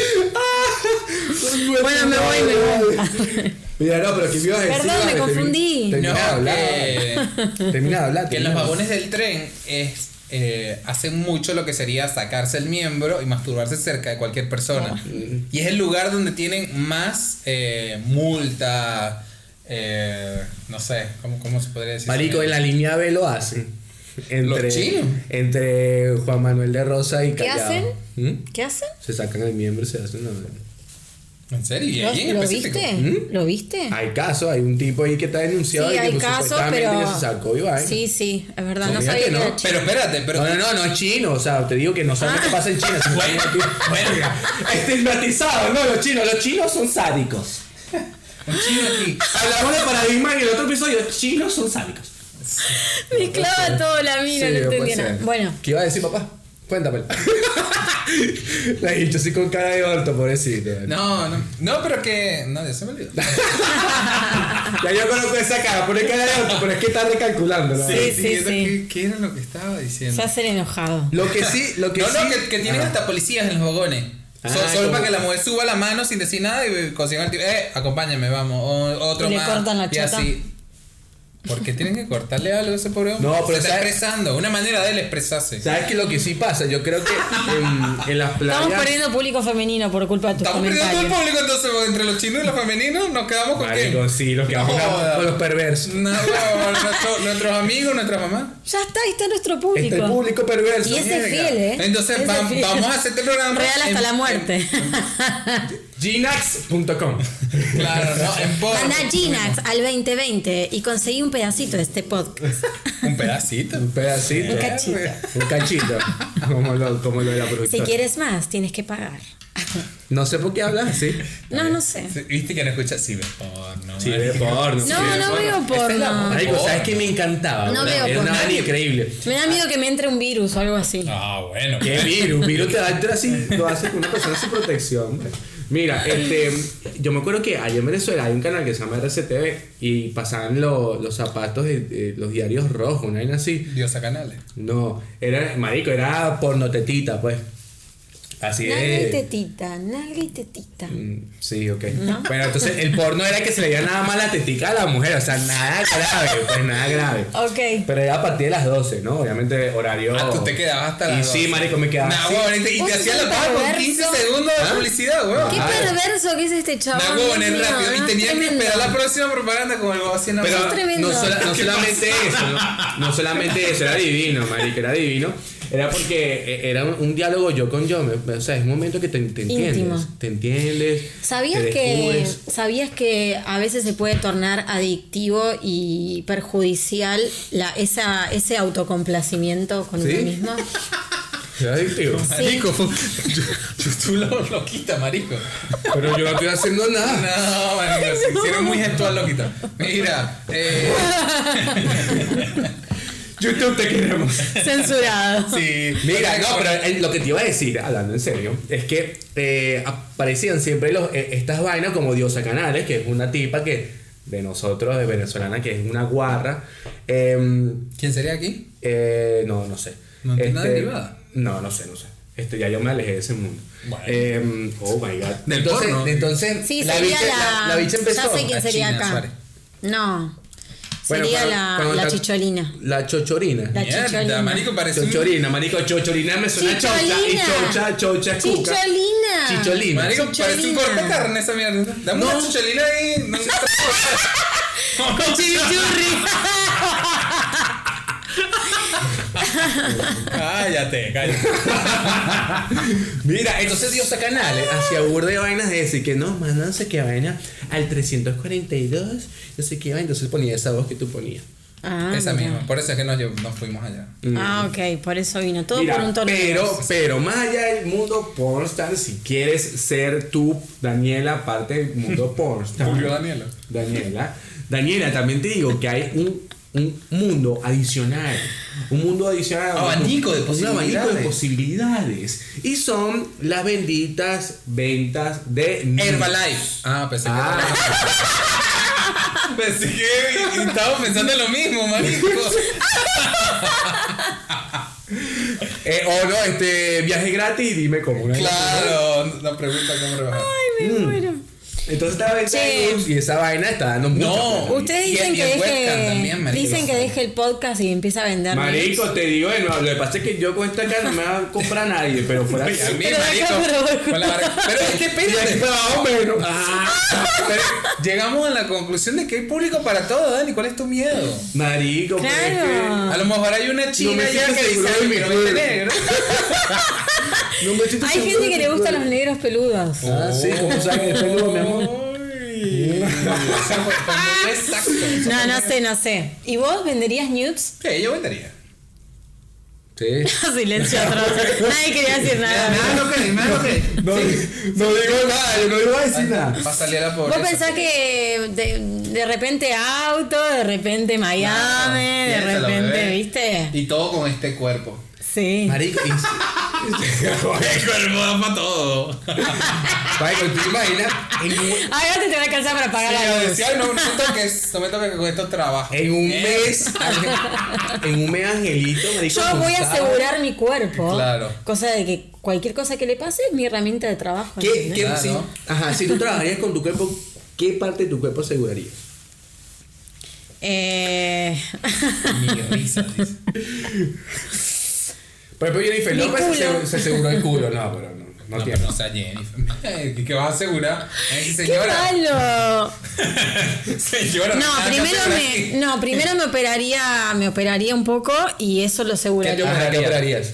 [SPEAKER 2] Bueno, me voy, me voy.
[SPEAKER 1] Mira, no, pero que me ibas a decir.
[SPEAKER 2] Perdón, me
[SPEAKER 1] vale, termi-
[SPEAKER 2] confundí.
[SPEAKER 1] Termina de hablar.
[SPEAKER 3] que,
[SPEAKER 1] Termina de hablar.
[SPEAKER 3] que en
[SPEAKER 1] termina de
[SPEAKER 3] los vagones del tren es, eh, hacen mucho lo que sería sacarse el miembro y masturbarse cerca de cualquier persona. Y es el lugar donde tienen más eh, multa, eh, no sé, ¿cómo, cómo se podría decir?
[SPEAKER 1] Marico, en la línea B lo hacen. Entre,
[SPEAKER 3] Los chinos.
[SPEAKER 1] entre Juan Manuel de Rosa y
[SPEAKER 2] ¿Qué
[SPEAKER 1] Callao.
[SPEAKER 2] hacen? Eh.
[SPEAKER 1] ¿Mm?
[SPEAKER 2] ¿Qué hacen?
[SPEAKER 1] Se sacan el miembro y se hacen una...
[SPEAKER 3] ¿En serio? este ¿Y
[SPEAKER 2] ¿Lo,
[SPEAKER 3] ahí en
[SPEAKER 2] lo
[SPEAKER 3] específico? ¿Mm?
[SPEAKER 2] viste? ¿Lo viste?
[SPEAKER 1] Hay casos, hay un tipo ahí que está
[SPEAKER 2] Sí,
[SPEAKER 1] denunciado y que
[SPEAKER 2] hay
[SPEAKER 1] pues,
[SPEAKER 2] casos,
[SPEAKER 1] supuestamente
[SPEAKER 2] pero.
[SPEAKER 1] que se sacó y va.
[SPEAKER 3] ¿eh?
[SPEAKER 2] Sí, sí, es verdad.
[SPEAKER 1] No,
[SPEAKER 2] No,
[SPEAKER 1] mira
[SPEAKER 2] sabía
[SPEAKER 1] que
[SPEAKER 2] que
[SPEAKER 1] no.
[SPEAKER 2] era chino.
[SPEAKER 3] Pero espérate, pero...
[SPEAKER 1] No, no, no, no es chino, o sea, te digo que no sabes
[SPEAKER 2] Ah.
[SPEAKER 1] qué pasa en China. sino
[SPEAKER 3] Bueno,
[SPEAKER 1] que-
[SPEAKER 3] bueno.
[SPEAKER 1] Estigmatizado, no, los chinos, los chinos son sádicos.
[SPEAKER 3] Un chino aquí.
[SPEAKER 1] Hablamos de paradigma en el otro episodio, los chinos son sádicos.
[SPEAKER 2] Mezclaba todo la mina, no
[SPEAKER 1] puede
[SPEAKER 2] entendía
[SPEAKER 1] ser.
[SPEAKER 2] nada. Bueno,
[SPEAKER 1] ¿Qué iba a decir papá? Cuéntame. La he dicho así con cara de orto, pobrecito.
[SPEAKER 3] No, no. No, pero que. No, ya se me olvidó.
[SPEAKER 1] Ya yo conozco esa cara, pone cara de orto, pero es que está recalculando. ¿no?
[SPEAKER 2] Sí, sí,
[SPEAKER 3] ¿qué-
[SPEAKER 2] sí.
[SPEAKER 3] ¿Qué, qué era lo que estaba diciendo?
[SPEAKER 2] Se hace el enojado.
[SPEAKER 1] Lo que sí, lo que
[SPEAKER 3] no,
[SPEAKER 1] sí.
[SPEAKER 3] no, que, que tienen
[SPEAKER 1] Ajá.
[SPEAKER 3] hasta policías en los vagones.
[SPEAKER 1] Ah,
[SPEAKER 3] So- solo
[SPEAKER 1] como-
[SPEAKER 3] para que la mujer suba la mano sin decir nada y consigan el tipo, eh, acompáñame, vamos, o- otro
[SPEAKER 2] Y le
[SPEAKER 3] más.
[SPEAKER 2] cortan la
[SPEAKER 3] y
[SPEAKER 2] chota.
[SPEAKER 3] así. ¿Por qué tienen que cortarle algo a ese pobre hombre?
[SPEAKER 1] No, pero
[SPEAKER 3] Se está
[SPEAKER 1] ¿sabes?
[SPEAKER 3] expresando, una manera de él expresarse.
[SPEAKER 1] ¿Sabes qué? Lo que sí pasa, yo creo que en, en las playas.
[SPEAKER 2] Estamos perdiendo público femenino por culpa de tus
[SPEAKER 3] Estamos perdiendo todo el
[SPEAKER 2] comentarios.
[SPEAKER 3] público entonces, porque entre los chinos y los femeninos nos quedamos con
[SPEAKER 1] Marico,
[SPEAKER 3] qué?
[SPEAKER 1] sí, los que vamos
[SPEAKER 3] Joda.
[SPEAKER 1] a- con los perversos.
[SPEAKER 3] No, no, nuestro- nuestros amigos, nuestra mamá.
[SPEAKER 2] Ya está, ahí está nuestro
[SPEAKER 3] Este
[SPEAKER 1] Está el
[SPEAKER 2] público.
[SPEAKER 1] público perverso.
[SPEAKER 2] Y ese es
[SPEAKER 1] mierda.
[SPEAKER 2] fiel, ¿eh? Ese
[SPEAKER 3] Entonces
[SPEAKER 2] es
[SPEAKER 3] va-
[SPEAKER 2] fiel.
[SPEAKER 3] vamos a hacer el programa.
[SPEAKER 2] Real hasta
[SPEAKER 3] en-
[SPEAKER 2] la muerte.
[SPEAKER 1] Ginax.com.
[SPEAKER 3] en- claro, no, en por-
[SPEAKER 2] Mandá Ginax al 2020 y conseguí un pedacito de este podcast.
[SPEAKER 3] Un pedacito.
[SPEAKER 1] Un pedacito.
[SPEAKER 2] Un cachito.
[SPEAKER 1] Un cachito. Como lo, como lo de la
[SPEAKER 2] Si
[SPEAKER 1] productora.
[SPEAKER 2] quieres más, tienes que pagar.
[SPEAKER 1] No sé por qué hablas así.
[SPEAKER 2] No, no sé.
[SPEAKER 3] Sí, Viste que no escucha ciberporno.
[SPEAKER 1] Sí, de porno.
[SPEAKER 2] No,
[SPEAKER 1] sí, de
[SPEAKER 2] no
[SPEAKER 1] porno.
[SPEAKER 2] veo
[SPEAKER 3] Esta es la
[SPEAKER 2] porno.
[SPEAKER 3] mujer.
[SPEAKER 1] Marico, ¿sabes qué me encantaba?
[SPEAKER 2] No
[SPEAKER 1] Una-
[SPEAKER 2] veo
[SPEAKER 1] Era una
[SPEAKER 2] porno.
[SPEAKER 1] vaina increíble.
[SPEAKER 2] Me da miedo que me entre un virus o algo así.
[SPEAKER 3] Ah, bueno.
[SPEAKER 1] ¿Qué virus? Virus te va a entrar así, lo hace con una persona sin protección. Mira, este, yo me acuerdo que allá en Venezuela hay un canal que se llama RCTV y pasaban lo- los zapatos, de, de los diarios rojos, una vaina así.
[SPEAKER 3] Diosa Canales.
[SPEAKER 1] No, era, marico, era porno tetita, pues. Así
[SPEAKER 2] Nalga y
[SPEAKER 1] es.
[SPEAKER 2] tetita, nalga y tetita.
[SPEAKER 1] Mm, Sí, ok. Bueno, entonces el porno era que se le veía nada más la tetica a la mujer, o sea, nada grave, pues nada grave.
[SPEAKER 2] Ok.
[SPEAKER 1] Pero era a partir de las 12, ¿no? Obviamente horario.
[SPEAKER 3] Ah, tú te quedabas hasta
[SPEAKER 1] Oh. Y
[SPEAKER 3] la.
[SPEAKER 1] sí, marico, me quedaba
[SPEAKER 3] Nah,
[SPEAKER 1] así.
[SPEAKER 3] huevón, y te, y
[SPEAKER 2] Vos
[SPEAKER 3] te hacía
[SPEAKER 2] sos
[SPEAKER 3] la paja con
[SPEAKER 2] perverso.
[SPEAKER 3] 15 segundos de publicidad, weón.
[SPEAKER 2] Qué
[SPEAKER 1] Ah.
[SPEAKER 2] perverso que es este chaval.
[SPEAKER 3] Nah, huevón, es rápido. Y tenías que esperar la próxima propaganda con el huevón haciendo.
[SPEAKER 1] Pero
[SPEAKER 2] Es tremendo.
[SPEAKER 1] no, sola- no solamente eso, no, No solamente eso, era divino, marico, era divino. Era porque eh, era un, un diálogo yo con yo, me- o sea, es un momento que te, te entiendes,
[SPEAKER 2] Íntimo.
[SPEAKER 1] te entiendes.
[SPEAKER 2] ¿Sabías
[SPEAKER 1] te
[SPEAKER 2] que,
[SPEAKER 1] descubres.
[SPEAKER 2] ¿Sabías que a veces se puede tornar adictivo y perjudicial la, esa, ese autocomplacimiento con
[SPEAKER 1] ¿Sí?
[SPEAKER 2] uno mismo?
[SPEAKER 1] Era adictivo.
[SPEAKER 3] Marico, yo- yo- tú lo, lo quita, marico.
[SPEAKER 1] Pero yo no estoy haciendo nada.
[SPEAKER 3] No, marico, se hicieron muy gestual, lo quita. Mira, eh,
[SPEAKER 1] YouTube te queremos.
[SPEAKER 2] Censurado.
[SPEAKER 3] sí.
[SPEAKER 1] Mira, no, pero eh, lo que te iba a decir, hablando en serio, es que eh, aparecían siempre los, eh, estas vainas como Diosa Canales, que es una tipa que de nosotros, de venezolana, que es una guarra. Em,
[SPEAKER 3] ¿Quién sería aquí?
[SPEAKER 1] Eh, no, no sé. Este,
[SPEAKER 3] ¿No tiene nada derivada?
[SPEAKER 1] No, no sé, no sé. Este, ya yo me alejé de ese mundo.
[SPEAKER 3] Bueno.
[SPEAKER 1] Eh, oh my god.
[SPEAKER 3] Del
[SPEAKER 1] entonces,
[SPEAKER 3] porno.
[SPEAKER 1] entonces
[SPEAKER 2] Sí,
[SPEAKER 1] la,
[SPEAKER 2] sería
[SPEAKER 1] bicha,
[SPEAKER 2] la,
[SPEAKER 1] la- la bicha empezó.
[SPEAKER 2] Ya sé quién
[SPEAKER 3] La
[SPEAKER 2] sería
[SPEAKER 3] China
[SPEAKER 2] acá.
[SPEAKER 3] Suárez.
[SPEAKER 2] No.
[SPEAKER 1] Bueno,
[SPEAKER 2] sería
[SPEAKER 1] cuando-
[SPEAKER 2] la,
[SPEAKER 1] cuando
[SPEAKER 2] la
[SPEAKER 1] está-
[SPEAKER 2] chicholina.
[SPEAKER 1] La chochorina.
[SPEAKER 2] La chicholina.
[SPEAKER 3] Mierda, marico, parece un
[SPEAKER 1] Chochorina, marico, chochorina me suena a chocha y chocha, chocha, es cuca.
[SPEAKER 2] Chicholina.
[SPEAKER 1] Chicholina.
[SPEAKER 3] Marico,
[SPEAKER 2] Chicholina.
[SPEAKER 3] parece un cuerpo de carne esa mierda. Dame una chicholina ahí. No, cállate, cállate.
[SPEAKER 2] Ah,
[SPEAKER 1] Mira, entonces Diosa Canales hacia burda de vainas de decir que no, más no sé qué vaina al 342, no sé qué vaina. Entonces ponía esa voz que tú ponías.
[SPEAKER 2] Ah,
[SPEAKER 3] Esa
[SPEAKER 2] mira.
[SPEAKER 3] misma. Por eso es que nos, llev- nos fuimos allá.
[SPEAKER 2] Ah, ok, por eso vino. Todo
[SPEAKER 1] Mm. Mira,
[SPEAKER 2] por un torneo.
[SPEAKER 1] pero, pero más allá del mundo pornstar, si quieres ser tú, Daniela, parte del mundo pornstar.
[SPEAKER 3] Julio Daniela.
[SPEAKER 1] Daniela. Daniela, también te digo que hay un, un mundo adicional. Un mundo adicional.
[SPEAKER 3] Abanico de
[SPEAKER 1] Un
[SPEAKER 3] posibilidades.
[SPEAKER 1] abanico de posibilidades. Y son las benditas ventas de...
[SPEAKER 3] Herbalife. Ah, pensé que.
[SPEAKER 1] Ah,
[SPEAKER 3] Pensé que. Estaba pensando en lo mismo, marico.
[SPEAKER 1] eh, o no, este viaje gratis y dime cómo. ¿no?
[SPEAKER 3] Claro. La pregunta cómo rebajar.
[SPEAKER 2] Ay, me muero.
[SPEAKER 1] Entonces esta venta de
[SPEAKER 2] Che.
[SPEAKER 1] luz y esa vaina está dando mucho.
[SPEAKER 3] No.
[SPEAKER 2] Ustedes
[SPEAKER 3] Y-
[SPEAKER 2] dicen
[SPEAKER 3] y
[SPEAKER 2] que
[SPEAKER 3] el webcam
[SPEAKER 2] deje,
[SPEAKER 3] también, marico.
[SPEAKER 2] dicen que deje el podcast y empieza a vender.
[SPEAKER 1] Marico, te digo de nuevo, lo que pasa es que yo con esta cara no me va a comprar nadie, pero fuera
[SPEAKER 3] Oye, a mí,
[SPEAKER 2] Pero
[SPEAKER 3] marico.
[SPEAKER 2] acá, pero-
[SPEAKER 3] con la barriga- Pero es que espérate.
[SPEAKER 2] Ah.
[SPEAKER 3] Pero llegamos a la conclusión de que hay público para todo, Dani. ¿Cuál es tu miedo?
[SPEAKER 1] Marico,
[SPEAKER 2] Claro.
[SPEAKER 3] A lo mejor hay una china
[SPEAKER 1] me
[SPEAKER 3] ya
[SPEAKER 1] siento
[SPEAKER 3] que dice
[SPEAKER 1] seguro de mi
[SPEAKER 3] que no viste
[SPEAKER 1] cuerpo". pero
[SPEAKER 3] negro.
[SPEAKER 1] es que. No me siento
[SPEAKER 2] Hay
[SPEAKER 1] seguro
[SPEAKER 2] gente que
[SPEAKER 1] de
[SPEAKER 2] le
[SPEAKER 1] mi
[SPEAKER 2] gustan los
[SPEAKER 1] cuerpo.
[SPEAKER 2] negros peludos.
[SPEAKER 1] Ah, sí, como saben de pelo, mi amor.
[SPEAKER 3] Uy. Esa fue- fue muy exacto.
[SPEAKER 2] No, no sé, no sé. ¿Y vos venderías nudes?
[SPEAKER 3] Sí, yo vendería.
[SPEAKER 1] Sí.
[SPEAKER 2] Silencio atroz. Nadie quería decir nada.
[SPEAKER 3] no crees, nada, no crees.
[SPEAKER 1] No, no digo nada, yo no iba a decir nada.
[SPEAKER 3] Va a salir a la
[SPEAKER 2] Vos
[SPEAKER 3] pobreza.
[SPEAKER 2] pensás que de, de repente auto, de repente Miami,
[SPEAKER 3] Claro.
[SPEAKER 2] de
[SPEAKER 3] Piénsalo,
[SPEAKER 2] repente,
[SPEAKER 3] bebé.
[SPEAKER 2] ¿viste?
[SPEAKER 3] Y todo con este cuerpo.
[SPEAKER 2] Sí.
[SPEAKER 1] Marico, y-
[SPEAKER 3] Marico, el modo para todo.
[SPEAKER 1] Marico, ¿tú te imaginas? En,
[SPEAKER 2] Ahora te tenés que alcanzar para pagar
[SPEAKER 3] Sí, yo
[SPEAKER 2] la luz.
[SPEAKER 3] decía, no, no toques, no me toques con estos trabajos.
[SPEAKER 1] en un
[SPEAKER 3] Eh,
[SPEAKER 1] mes. En un mes, Angelito, marico.
[SPEAKER 2] Yo voy a
[SPEAKER 1] montado.
[SPEAKER 2] asegurar mi cuerpo.
[SPEAKER 3] Claro.
[SPEAKER 2] Cosa de que cualquier cosa que le pase es mi herramienta de trabajo.
[SPEAKER 1] ¿Qué,
[SPEAKER 2] ¿entendés?
[SPEAKER 1] qué-
[SPEAKER 3] Claro.
[SPEAKER 1] si, ajá, si tú trabajarías con tu cuerpo, ¿qué parte de tu cuerpo asegurarías?
[SPEAKER 2] Eh...
[SPEAKER 3] Ni risa, dice.
[SPEAKER 1] Por ejemplo, Jennifer
[SPEAKER 2] Mi
[SPEAKER 1] López se
[SPEAKER 2] culo.
[SPEAKER 1] aseguró, se aseguró el culo. No, pero no. No,
[SPEAKER 3] No, pero
[SPEAKER 1] tiene.
[SPEAKER 3] no sea Jennifer. ¿Qué- ¿Qué vas a asegurar? Eh,
[SPEAKER 2] ¡Qué
[SPEAKER 3] señora.
[SPEAKER 2] malo!
[SPEAKER 3] Señora.
[SPEAKER 2] No,
[SPEAKER 1] Ah,
[SPEAKER 3] nada que
[SPEAKER 2] primero
[SPEAKER 3] hacer aquí.
[SPEAKER 2] me, no, primero me operaría, me operaría un poco y eso lo aseguraría.
[SPEAKER 3] ¿Qué
[SPEAKER 1] Ajá, ¿Qué
[SPEAKER 3] operarías?
[SPEAKER 1] operarías?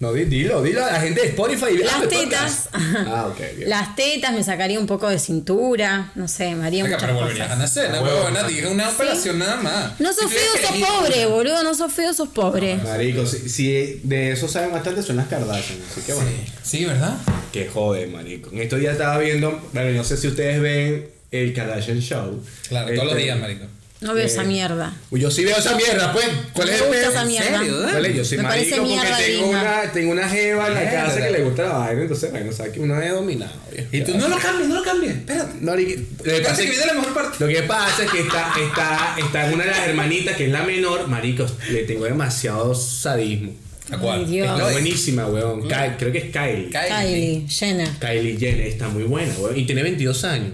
[SPEAKER 1] No, di- dilo, dilo a la gente de Spotify. y-
[SPEAKER 2] Las
[SPEAKER 1] ah, de
[SPEAKER 2] tetas.
[SPEAKER 1] podcast. Ah, ok, bien.
[SPEAKER 2] Las tetas, me sacaría un poco de cintura, no sé, me haría
[SPEAKER 3] Venga,
[SPEAKER 2] muchas
[SPEAKER 3] pero volverías a
[SPEAKER 2] cosas.
[SPEAKER 3] nacer, la
[SPEAKER 1] Huevo,
[SPEAKER 3] huevona,
[SPEAKER 1] no.
[SPEAKER 3] diga una operación nada más.
[SPEAKER 2] No sos
[SPEAKER 3] Si tuvieras
[SPEAKER 2] feo,
[SPEAKER 3] que
[SPEAKER 2] sos
[SPEAKER 3] elegir-
[SPEAKER 2] pobre, boludo, no sos feo, sos pobre.
[SPEAKER 1] Marico, si, si de eso saben bastante son las Kardashian, así que bueno.
[SPEAKER 3] Sí, ¿verdad?
[SPEAKER 1] Que jode, marico. En estos días estaba viendo, bueno, no sé si ustedes ven el Kardashian Show.
[SPEAKER 3] Claro, todos
[SPEAKER 1] Este,
[SPEAKER 3] los días, marico.
[SPEAKER 2] No veo
[SPEAKER 1] Eh,
[SPEAKER 2] esa mierda.
[SPEAKER 1] Uy, Yo sí veo esa mierda, pues. ¿Cuál
[SPEAKER 2] No
[SPEAKER 1] es el
[SPEAKER 2] me gusta
[SPEAKER 1] pedo?
[SPEAKER 2] esa mierda.
[SPEAKER 3] serio,
[SPEAKER 1] ¿Cuál es? Yo soy
[SPEAKER 2] Me parece
[SPEAKER 1] marico porque
[SPEAKER 2] mierda
[SPEAKER 1] tengo
[SPEAKER 2] digna.
[SPEAKER 1] una, tengo una jeva en la
[SPEAKER 3] Mierda.
[SPEAKER 1] casa que le gusta la vaina, entonces, bueno, o sea, que uno es dominado. viejo.
[SPEAKER 3] Y tú no lo cambies, no lo cambies. Espérate.
[SPEAKER 1] No, li- lo que pasa
[SPEAKER 3] Parece
[SPEAKER 1] es
[SPEAKER 3] que
[SPEAKER 1] que-
[SPEAKER 3] viene la mejor parte.
[SPEAKER 1] lo que pasa es que está, está, está una de las hermanitas, que es la menor, marico, le tengo demasiado sadismo.
[SPEAKER 3] ¿A
[SPEAKER 2] Ay, Dios.
[SPEAKER 1] Está
[SPEAKER 2] No,
[SPEAKER 1] buenísima, weón. Ky- creo que es Kylie.
[SPEAKER 2] Kylie, Jenner.
[SPEAKER 1] Kylie Jenner está muy buena, weón. Y tiene 22 años.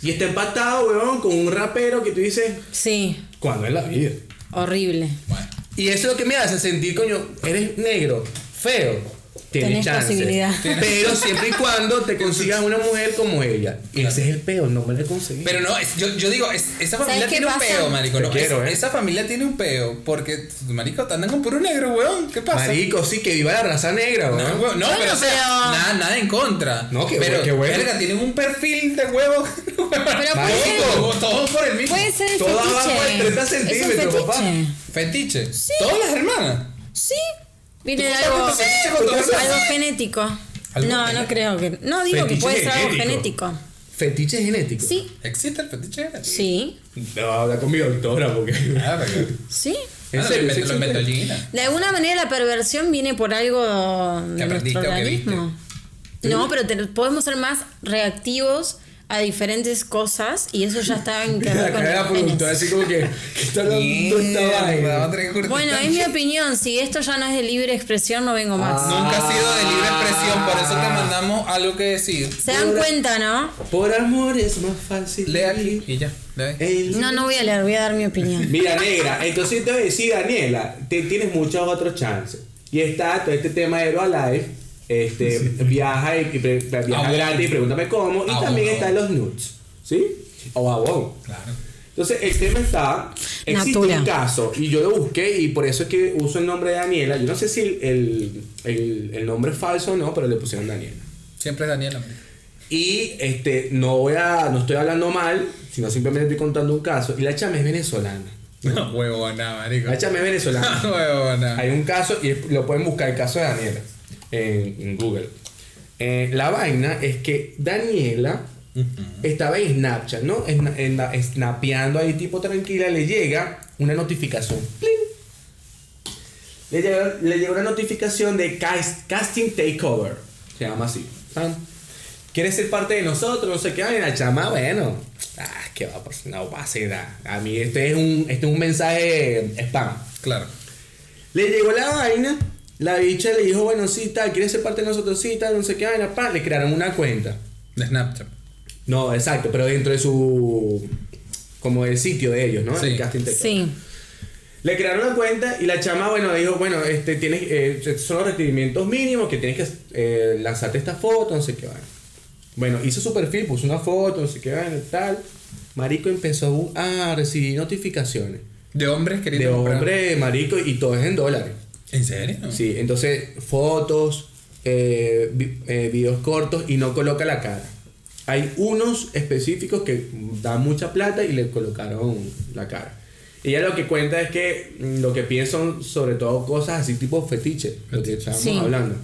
[SPEAKER 1] Y está empatado, weón, con un rapero que tú dices,
[SPEAKER 2] Sí,
[SPEAKER 1] ¿cuándo es la vida?
[SPEAKER 2] horrible.
[SPEAKER 3] Bueno.
[SPEAKER 1] Y eso es lo que me hace sentir, coño, eres negro, feo. Tienes,
[SPEAKER 2] Tenés
[SPEAKER 1] chances.
[SPEAKER 2] posibilidad.
[SPEAKER 1] Pero siempre y cuando te consigas una mujer como ella. Y ese es el peo, no me la conseguí.
[SPEAKER 3] Pero no, es- yo, yo digo, es- esa familia
[SPEAKER 2] qué
[SPEAKER 3] tiene un
[SPEAKER 2] pasa?
[SPEAKER 3] peo, marico.
[SPEAKER 1] Te
[SPEAKER 3] no,
[SPEAKER 1] quiero,
[SPEAKER 3] es-
[SPEAKER 1] eh.
[SPEAKER 3] Esa familia tiene un peo. Porque, marico, te andan con puro negro, weón. ¿Qué pasa?
[SPEAKER 1] Marico, sí, que viva la raza negra,
[SPEAKER 3] No,
[SPEAKER 1] weón.
[SPEAKER 3] weón, no,
[SPEAKER 2] Bueno,
[SPEAKER 3] pero, o sea,
[SPEAKER 2] pero-
[SPEAKER 3] nada, nada en contra.
[SPEAKER 1] No, qué
[SPEAKER 3] pero,
[SPEAKER 1] hue- qué bueno.
[SPEAKER 3] verga, tienen un perfil de huevo.
[SPEAKER 2] Pero puede ser,
[SPEAKER 3] Marico, todos por el mismo.
[SPEAKER 2] puede ser el
[SPEAKER 1] Todas abajo de
[SPEAKER 2] fetiche.
[SPEAKER 1] 30
[SPEAKER 2] Es un
[SPEAKER 1] centímetros, papá.
[SPEAKER 2] fetiche.
[SPEAKER 3] Fetiche. Todas las hermanas.
[SPEAKER 2] Sí, viene de
[SPEAKER 3] ¿Tú
[SPEAKER 2] algo,
[SPEAKER 3] compartes fetiche con tu hermana?
[SPEAKER 2] algo genético.
[SPEAKER 3] ¿Algo
[SPEAKER 2] No,
[SPEAKER 3] genético?
[SPEAKER 2] no creo que. No digo que
[SPEAKER 1] Fetiche
[SPEAKER 2] puede ser algo
[SPEAKER 1] genético.
[SPEAKER 2] genético.
[SPEAKER 1] Fetiche genético.
[SPEAKER 2] Sí,
[SPEAKER 3] ¿Existe el fetiche?
[SPEAKER 2] sí,
[SPEAKER 1] No, habla con mi doctora porque.
[SPEAKER 3] Ah, verga.
[SPEAKER 2] sí.
[SPEAKER 1] ¿En
[SPEAKER 3] Ah,
[SPEAKER 1] serio?
[SPEAKER 3] Lo
[SPEAKER 1] ¿Sí
[SPEAKER 3] inventó- lo inventó
[SPEAKER 1] existe?
[SPEAKER 3] Gina.
[SPEAKER 2] De alguna manera la perversión viene por algo
[SPEAKER 3] Que
[SPEAKER 2] de
[SPEAKER 3] aprendiste
[SPEAKER 2] nuestro
[SPEAKER 3] o que
[SPEAKER 2] organismo. No, pero te- podemos ser más reactivos a diferentes cosas y eso ya está en que
[SPEAKER 1] La
[SPEAKER 2] ver con
[SPEAKER 1] cara de la
[SPEAKER 2] los genes.
[SPEAKER 1] productora, así como que. ¿Qué está hablando esta
[SPEAKER 3] Mierda,
[SPEAKER 1] vaina?
[SPEAKER 3] otra que curtita.
[SPEAKER 2] Bueno, es mi opinión. Si esto ya no es de libre expresión, no vengo más.
[SPEAKER 3] Nunca ha sido de libre
[SPEAKER 1] Ah.
[SPEAKER 3] expresión, por eso te mandamos algo que decir.
[SPEAKER 2] Se dan cuenta, ¿no?
[SPEAKER 1] Por amor es más fácil.
[SPEAKER 3] Lee aquí y ya. lee.
[SPEAKER 1] El-
[SPEAKER 2] No, no voy a leer, voy a dar mi opinión.
[SPEAKER 1] Mira, negra, entonces te voy a decir, Daniela, te, tienes muchos otros chances. Y está todo este tema de Lo Alive. Este, Viaja, y, y pre- pre- viaja
[SPEAKER 3] Ah, bueno.
[SPEAKER 1] gratis y pregúntame cómo. Y
[SPEAKER 3] Ah,
[SPEAKER 1] también
[SPEAKER 3] bueno.
[SPEAKER 1] están los nudes. ¿Sí? O a wow.
[SPEAKER 3] Claro.
[SPEAKER 1] Entonces, el tema está. Existe
[SPEAKER 2] Natura.
[SPEAKER 1] un caso, y yo lo busqué, y por eso es que uso el nombre de Daniela. Yo no sé si el, el, el- el nombre es falso o no, pero le pusieron Daniela.
[SPEAKER 3] Siempre es Daniela. marico.
[SPEAKER 1] Y este, no voy a, no estoy hablando mal, sino simplemente estoy contando un caso. Y la chama es venezolana.
[SPEAKER 3] No, huevona, marico.
[SPEAKER 1] La chama es venezolana.
[SPEAKER 3] Huevona.
[SPEAKER 1] Hay un caso, y es- lo pueden buscar, el caso de Daniela, en, en Google. Eh, la vaina es que Daniela estaba en Snapchat, ¿no? Sna- en- snapeando ahí tipo tranquila, le llega una notificación. ¡Pling! Le llegó, le llegó una notificación de cas- Casting Takeover. Se llama así. Tan. ¿Quieres ser parte de nosotros? No sé qué. Ay, la chama, bueno. Ah, qué va a pasar. No va a ser nada. A mí este es un, este es un mensaje spam.
[SPEAKER 3] Claro.
[SPEAKER 1] Le llegó la vaina, la bicha le dijo, bueno, sí, tal, ¿quieres ser parte de nosotros? Sí, tal, no sé qué vaina, pa, le crearon una cuenta.
[SPEAKER 3] De Snapchat.
[SPEAKER 1] No, exacto, pero dentro de su... como del sitio de ellos, ¿no?
[SPEAKER 3] Sí.
[SPEAKER 1] El casting tech.
[SPEAKER 2] Sí.
[SPEAKER 1] Le crearon una cuenta y la chama, bueno, dijo, bueno, este, tienes, eh, estos son los requerimientos mínimos que tienes que eh, lanzarte esta foto, no sé qué vaina. Bueno, hizo su perfil, puso una foto, no sé qué vaina, tal. Marico empezó a recibir notificaciones
[SPEAKER 3] De hombres queridos.
[SPEAKER 1] de hombre, marico, y todo es en dólares.
[SPEAKER 3] ¿En serio?
[SPEAKER 1] Sí, entonces fotos, eh, vi- eh, videos cortos y no coloca la cara. Hay unos específicos que dan mucha plata y le colocaron la cara. Ella lo que cuenta es que mm, lo que piensan sobre todo cosas así tipo fetiche, lo que estábamos
[SPEAKER 2] Sí.
[SPEAKER 1] hablando.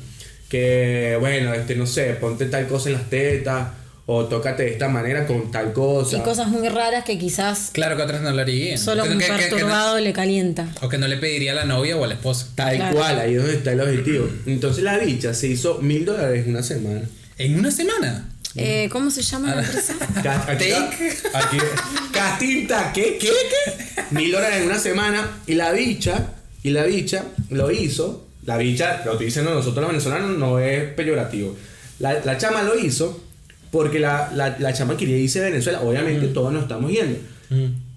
[SPEAKER 1] Que bueno, este no sé, ponte tal cosa en las tetas o tócate de esta manera con tal cosa.
[SPEAKER 2] Y cosas muy raras que quizás
[SPEAKER 3] Claro que otras no lo harían.
[SPEAKER 2] solo
[SPEAKER 3] Creo
[SPEAKER 2] un
[SPEAKER 3] que- que- que no-
[SPEAKER 2] perturbado le calienta.
[SPEAKER 3] o que no le pediría a la novia o a la esposa.
[SPEAKER 1] Tal
[SPEAKER 2] Claro.
[SPEAKER 1] cual, ahí es donde está el objetivo. Entonces la bicha se hizo mil dólares en una semana.
[SPEAKER 3] En una semana.
[SPEAKER 2] Eh, ¿Cómo se llama la empresa?
[SPEAKER 1] Ca- Aquí,
[SPEAKER 3] Take.
[SPEAKER 1] aquí, Castinta, ¿qué? ¿Qué? ¿Qué? Mil dólares en una semana. Y la bicha, y la bicha lo hizo. La bicha, lo dicen nosotros los venezolanos, no es peyorativo. La, la chama lo hizo porque la, la, la chama quería irse de Venezuela.
[SPEAKER 3] Mm.
[SPEAKER 1] Obviamente todos nos estamos yendo.